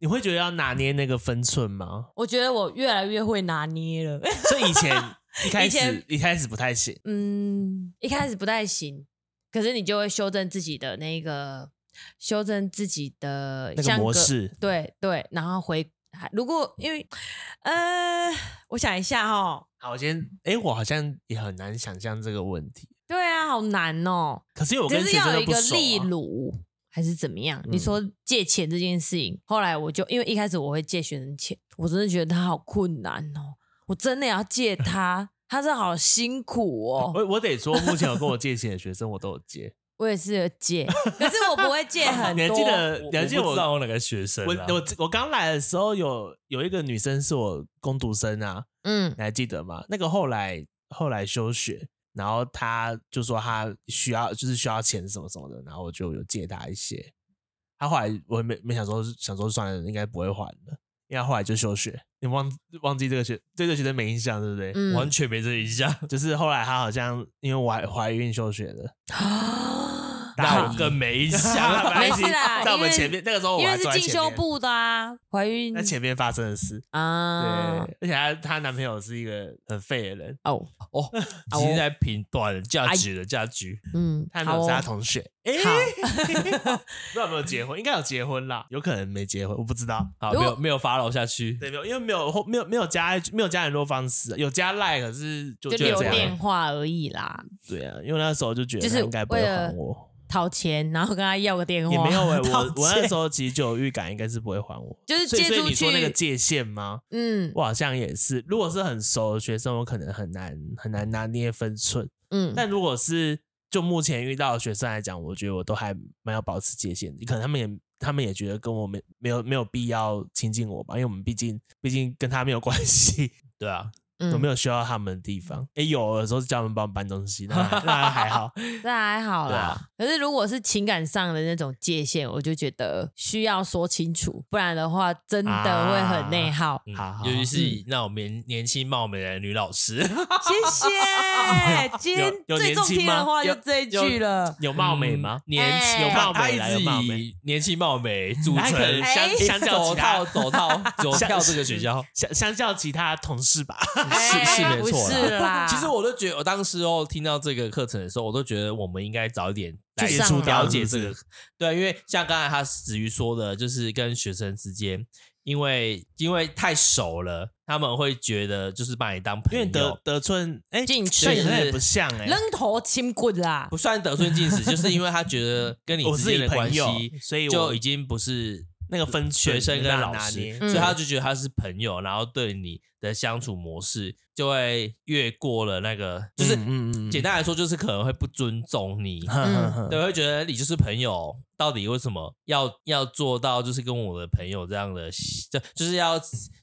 你会觉得要拿捏那个分寸吗？我觉得我越来越会拿捏了。 <laughs> <laughs> 所以以前一开以前始一开始不太行，嗯，一开始不太行，可是你就会修正自己的那个，修正自己的那个像模个式对对，然后回。还如果因为，呃，我想一下哦，好，我先，哎、我好像也很难想象这个问题。对啊，好难哦，可是因为我只跟是学生要有都一不个熟、例啊，如还是怎么样？嗯你说借钱这件事情，后来我就因为一开始我会借学生钱，我真的觉得他好困难哦，我真的要借他，他真的好辛苦哦。我我得说，目前有跟我借钱的学生，我都有借。我也是有借，可是我不 <laughs> 会借 <laughs> 很你多。还记得？你还不记知呃得我道哪个学生我啊我我刚来的时候有有一个女生是我工读生啊，嗯你还记得吗？那个后来后来休学，然后她就说她需要就是需要钱什么什么的，然后我就有借她一些。她后来我也没没想说想说算了，应该不会还了，因为她后来就休学。你忘忘记这个学对这个学生没印象对不对？嗯，完全没这一项， <laughs> 就是后来她好像因为怀怀孕休学了，啊大那一我更没印象下了了，吧。没事啦在我们因为前面那个时候我因为还是坐在进前修面，部的啊，怀孕那前面发生的事。啊，对，而且她她男朋友是一个很废的人，哦，哦，已经在评断了价值了价值。嗯，他没哎好有哦是他同学，哎、好 <laughs> 不知道有没有结婚，应该有结婚啦，有可能没结婚，我不知道。好，如没果有没有发牢下去。对，没有，因为没有后没有没有加没有加联络方式，啊有加赖，可是就就就留这电样。啊话而已啦，对啊，因为那时候就觉得就是他应该不会为了还我，掏钱，然后跟他要个电话，也没 <laughs> 有哎、我我那时候候其实就有预感，应该是不会还我。就是所以借所以出你说那个去，界限吗？嗯我好像也是，如果是很熟的学生，我可能很难很难拿捏分寸。嗯，但如果是就目前遇到的学生来讲，我觉得我都还蛮要保持界限的。可能他们也他们也觉得跟我没没有没有必要亲近我吧，因为我们毕竟毕竟跟他没有关系，对啊，我嗯没有需要他们的地方。哎、有有时候是叫他们帮我搬东西，那还那还好。这还好对啦啊。可是如果是情感上的那种界限，我就觉得需要说清楚，不然的话真的会啊很内耗。嗯好好尤其是以那种年年轻貌美的女老师， <laughs> 谢谢，今天有有最年中轻听吗的话就有这一有句了。有 <laughs> 貌美 <laughs> 吗？嗯年轻哎有貌她美一啦，直有貌以美，年轻貌美组她可成能相哎相较走其他跳走 <laughs> 跳走相跳这个学校，相相较其他同事吧， <laughs> 是是哎没错不是啦其实我都觉得，我当时哦听到这个课程的时候，我都觉得我们应该早一点来去上出啊了解这是个不。对，因为像刚才他子瑜说的，就是跟学生之间，因为因为太熟了，他们会觉得就是把你当朋因为友德，德春哎，进去好像也不像哎、扔头轻棍啦，不算得寸进尺，就是因为他觉得跟你我之是间你的朋关友系，所以就我已经不是那个分寸学生没跟办法老拿师捏，所以他就觉得他是朋友，然后对你的相处模式就会越过了那个，就是嗯嗯嗯简单来说，就是可能会不尊重你，嗯嗯，对，会觉得你就是朋友，到底为什么要要做到就是跟我的朋友这样的，就就是要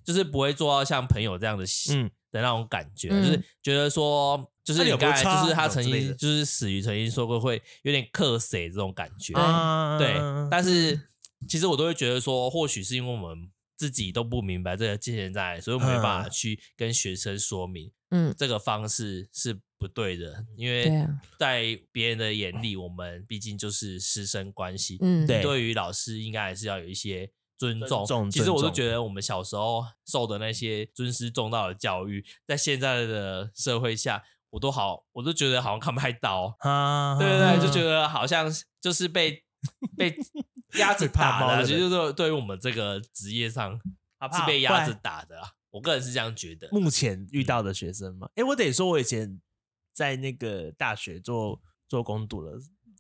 就是不会做到像朋友这样的，嗯嗯的那种感觉，嗯就是觉得说。就是那你你有没刚有才，差就是他什么曾之类经，的就是死鱼曾经说过会有点克谁这种感觉，啊对，但是 <laughs> 其实我都会觉得说，或许是因为我们自己都不明白这个界限在哪里，所以我们没办法嗯去跟学生说明嗯，这个方式是不对的，因对为啊，在别人的眼里，我们毕竟就是师生关系，嗯，对对于老师应该还是要有一些。尊尊重，重其实我尊都重觉得我们小时候受的那些尊师重道的教育，在现在的社会下，我都好，我都觉得好像看不太到。啊，对对对，就觉得得好像就是 <laughs> 被被鸭被子打怕猫的啊，的其实就是对于我们这个职业上是被鸭子打的啊。我个人是这样觉得。目前遇到的学生嘛，哎，我得说，我以前在那个大学做做攻读的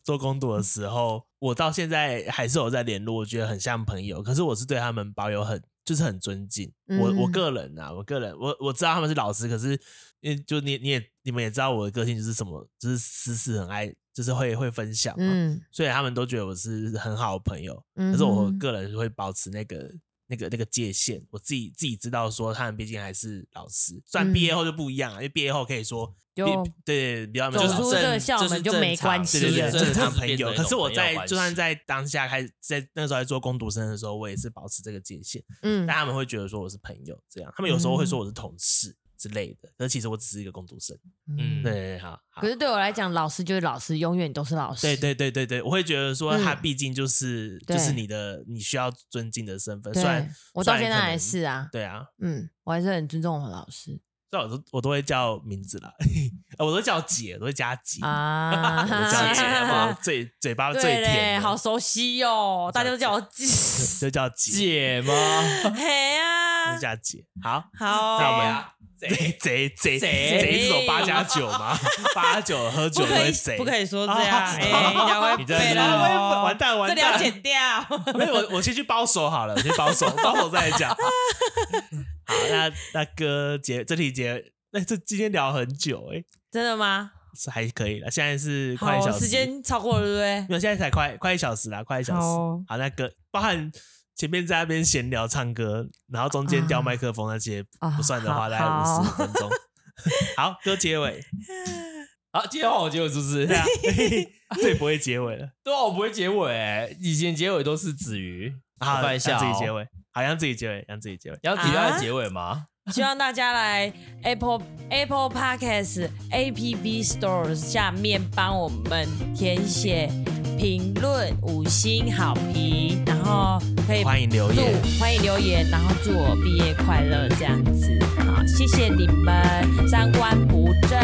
做攻读的时候，我到现在还是有在联络，我觉得很像朋友，可是我是对他们保有很就是很尊敬，我我嗯个人啊，我个人我我知道他们是老师，可是因为就你你也你们也知道我的个性就是什么，就是私事很爱，就是会会分享嘛，嗯，所以他们都觉得我是很好的朋友，嗯可是我哼个人会保持那个那个那个界限，我自己自己知道说他们毕竟还是老师，虽然嗯毕业后就不一样了，因为毕业后可以说就毕对比较没走有就是出正这个校门就是就没正常关对系对了对是正常朋变友成。一可种是我朋友在关就算系在当下开始在那时候在做攻读生的时候，我也是保持这个界限，嗯但，他们会觉得说我是朋友这样，他们有时候会说我是同事之类的，可是其实我只是一个攻读生。嗯对啊对，对好，好可是对我来讲，老师就是老师，永远都是老师。对对对对对，我会觉得说他嗯毕竟就是、对就是你的你需要尊敬的身份，虽对然，我到虽然现在可能还是啊，对啊，嗯，我还是很尊重我的老师。虽然我都我都会叫名字啦， <laughs> 呃我都叫姐， <laughs> 我都加姐，啊，我叫姐，好不好？最嘴巴最对嘞，甜好的，啊熟悉哦，大家都叫我姐。就叫姐，姐 <laughs> 吗？嘿呀就，叫姐。好，好，那我对们啊贼贼贼贼贼是走八加九吗？八九喝酒不可会以贼，不可以。以说 <laughs> 这样，啊哎，人家会你真的背是了哦，完蛋完这里要蛋！剪掉。 <laughs> 没有，我我先去包手好了，我先包手，包手再来讲。 <laughs> 好，那那哥结这题结，那这今天聊很久哎、真的吗？是还可以了。现在是快一好，小时，时间超过了，对不没有，现在才快快一小时啦，快一小时。好哦好，那哥包含前面在那边闲聊唱歌，然后中间掉麦克风那些、啊不算的话，好大概五十分钟。 <laughs> 好，哥结尾， <laughs> 好，啊今天换我结尾是不是？ <laughs> 对啊，最不会结尾了。对啊，我不会结尾、欸，以前结尾都是子瑜，好，我看一下、让哦，啊自己结，尾，好，让自己结尾，让自己结尾。要提到啊结尾吗？对？希望大家来 Apple <laughs> Apple Podcast App Store 下面帮我们填写评论五星好评，然后可以欢迎留祝言，欢迎留言，然后祝我毕业快乐这样子。好，谢谢你们，三观不正。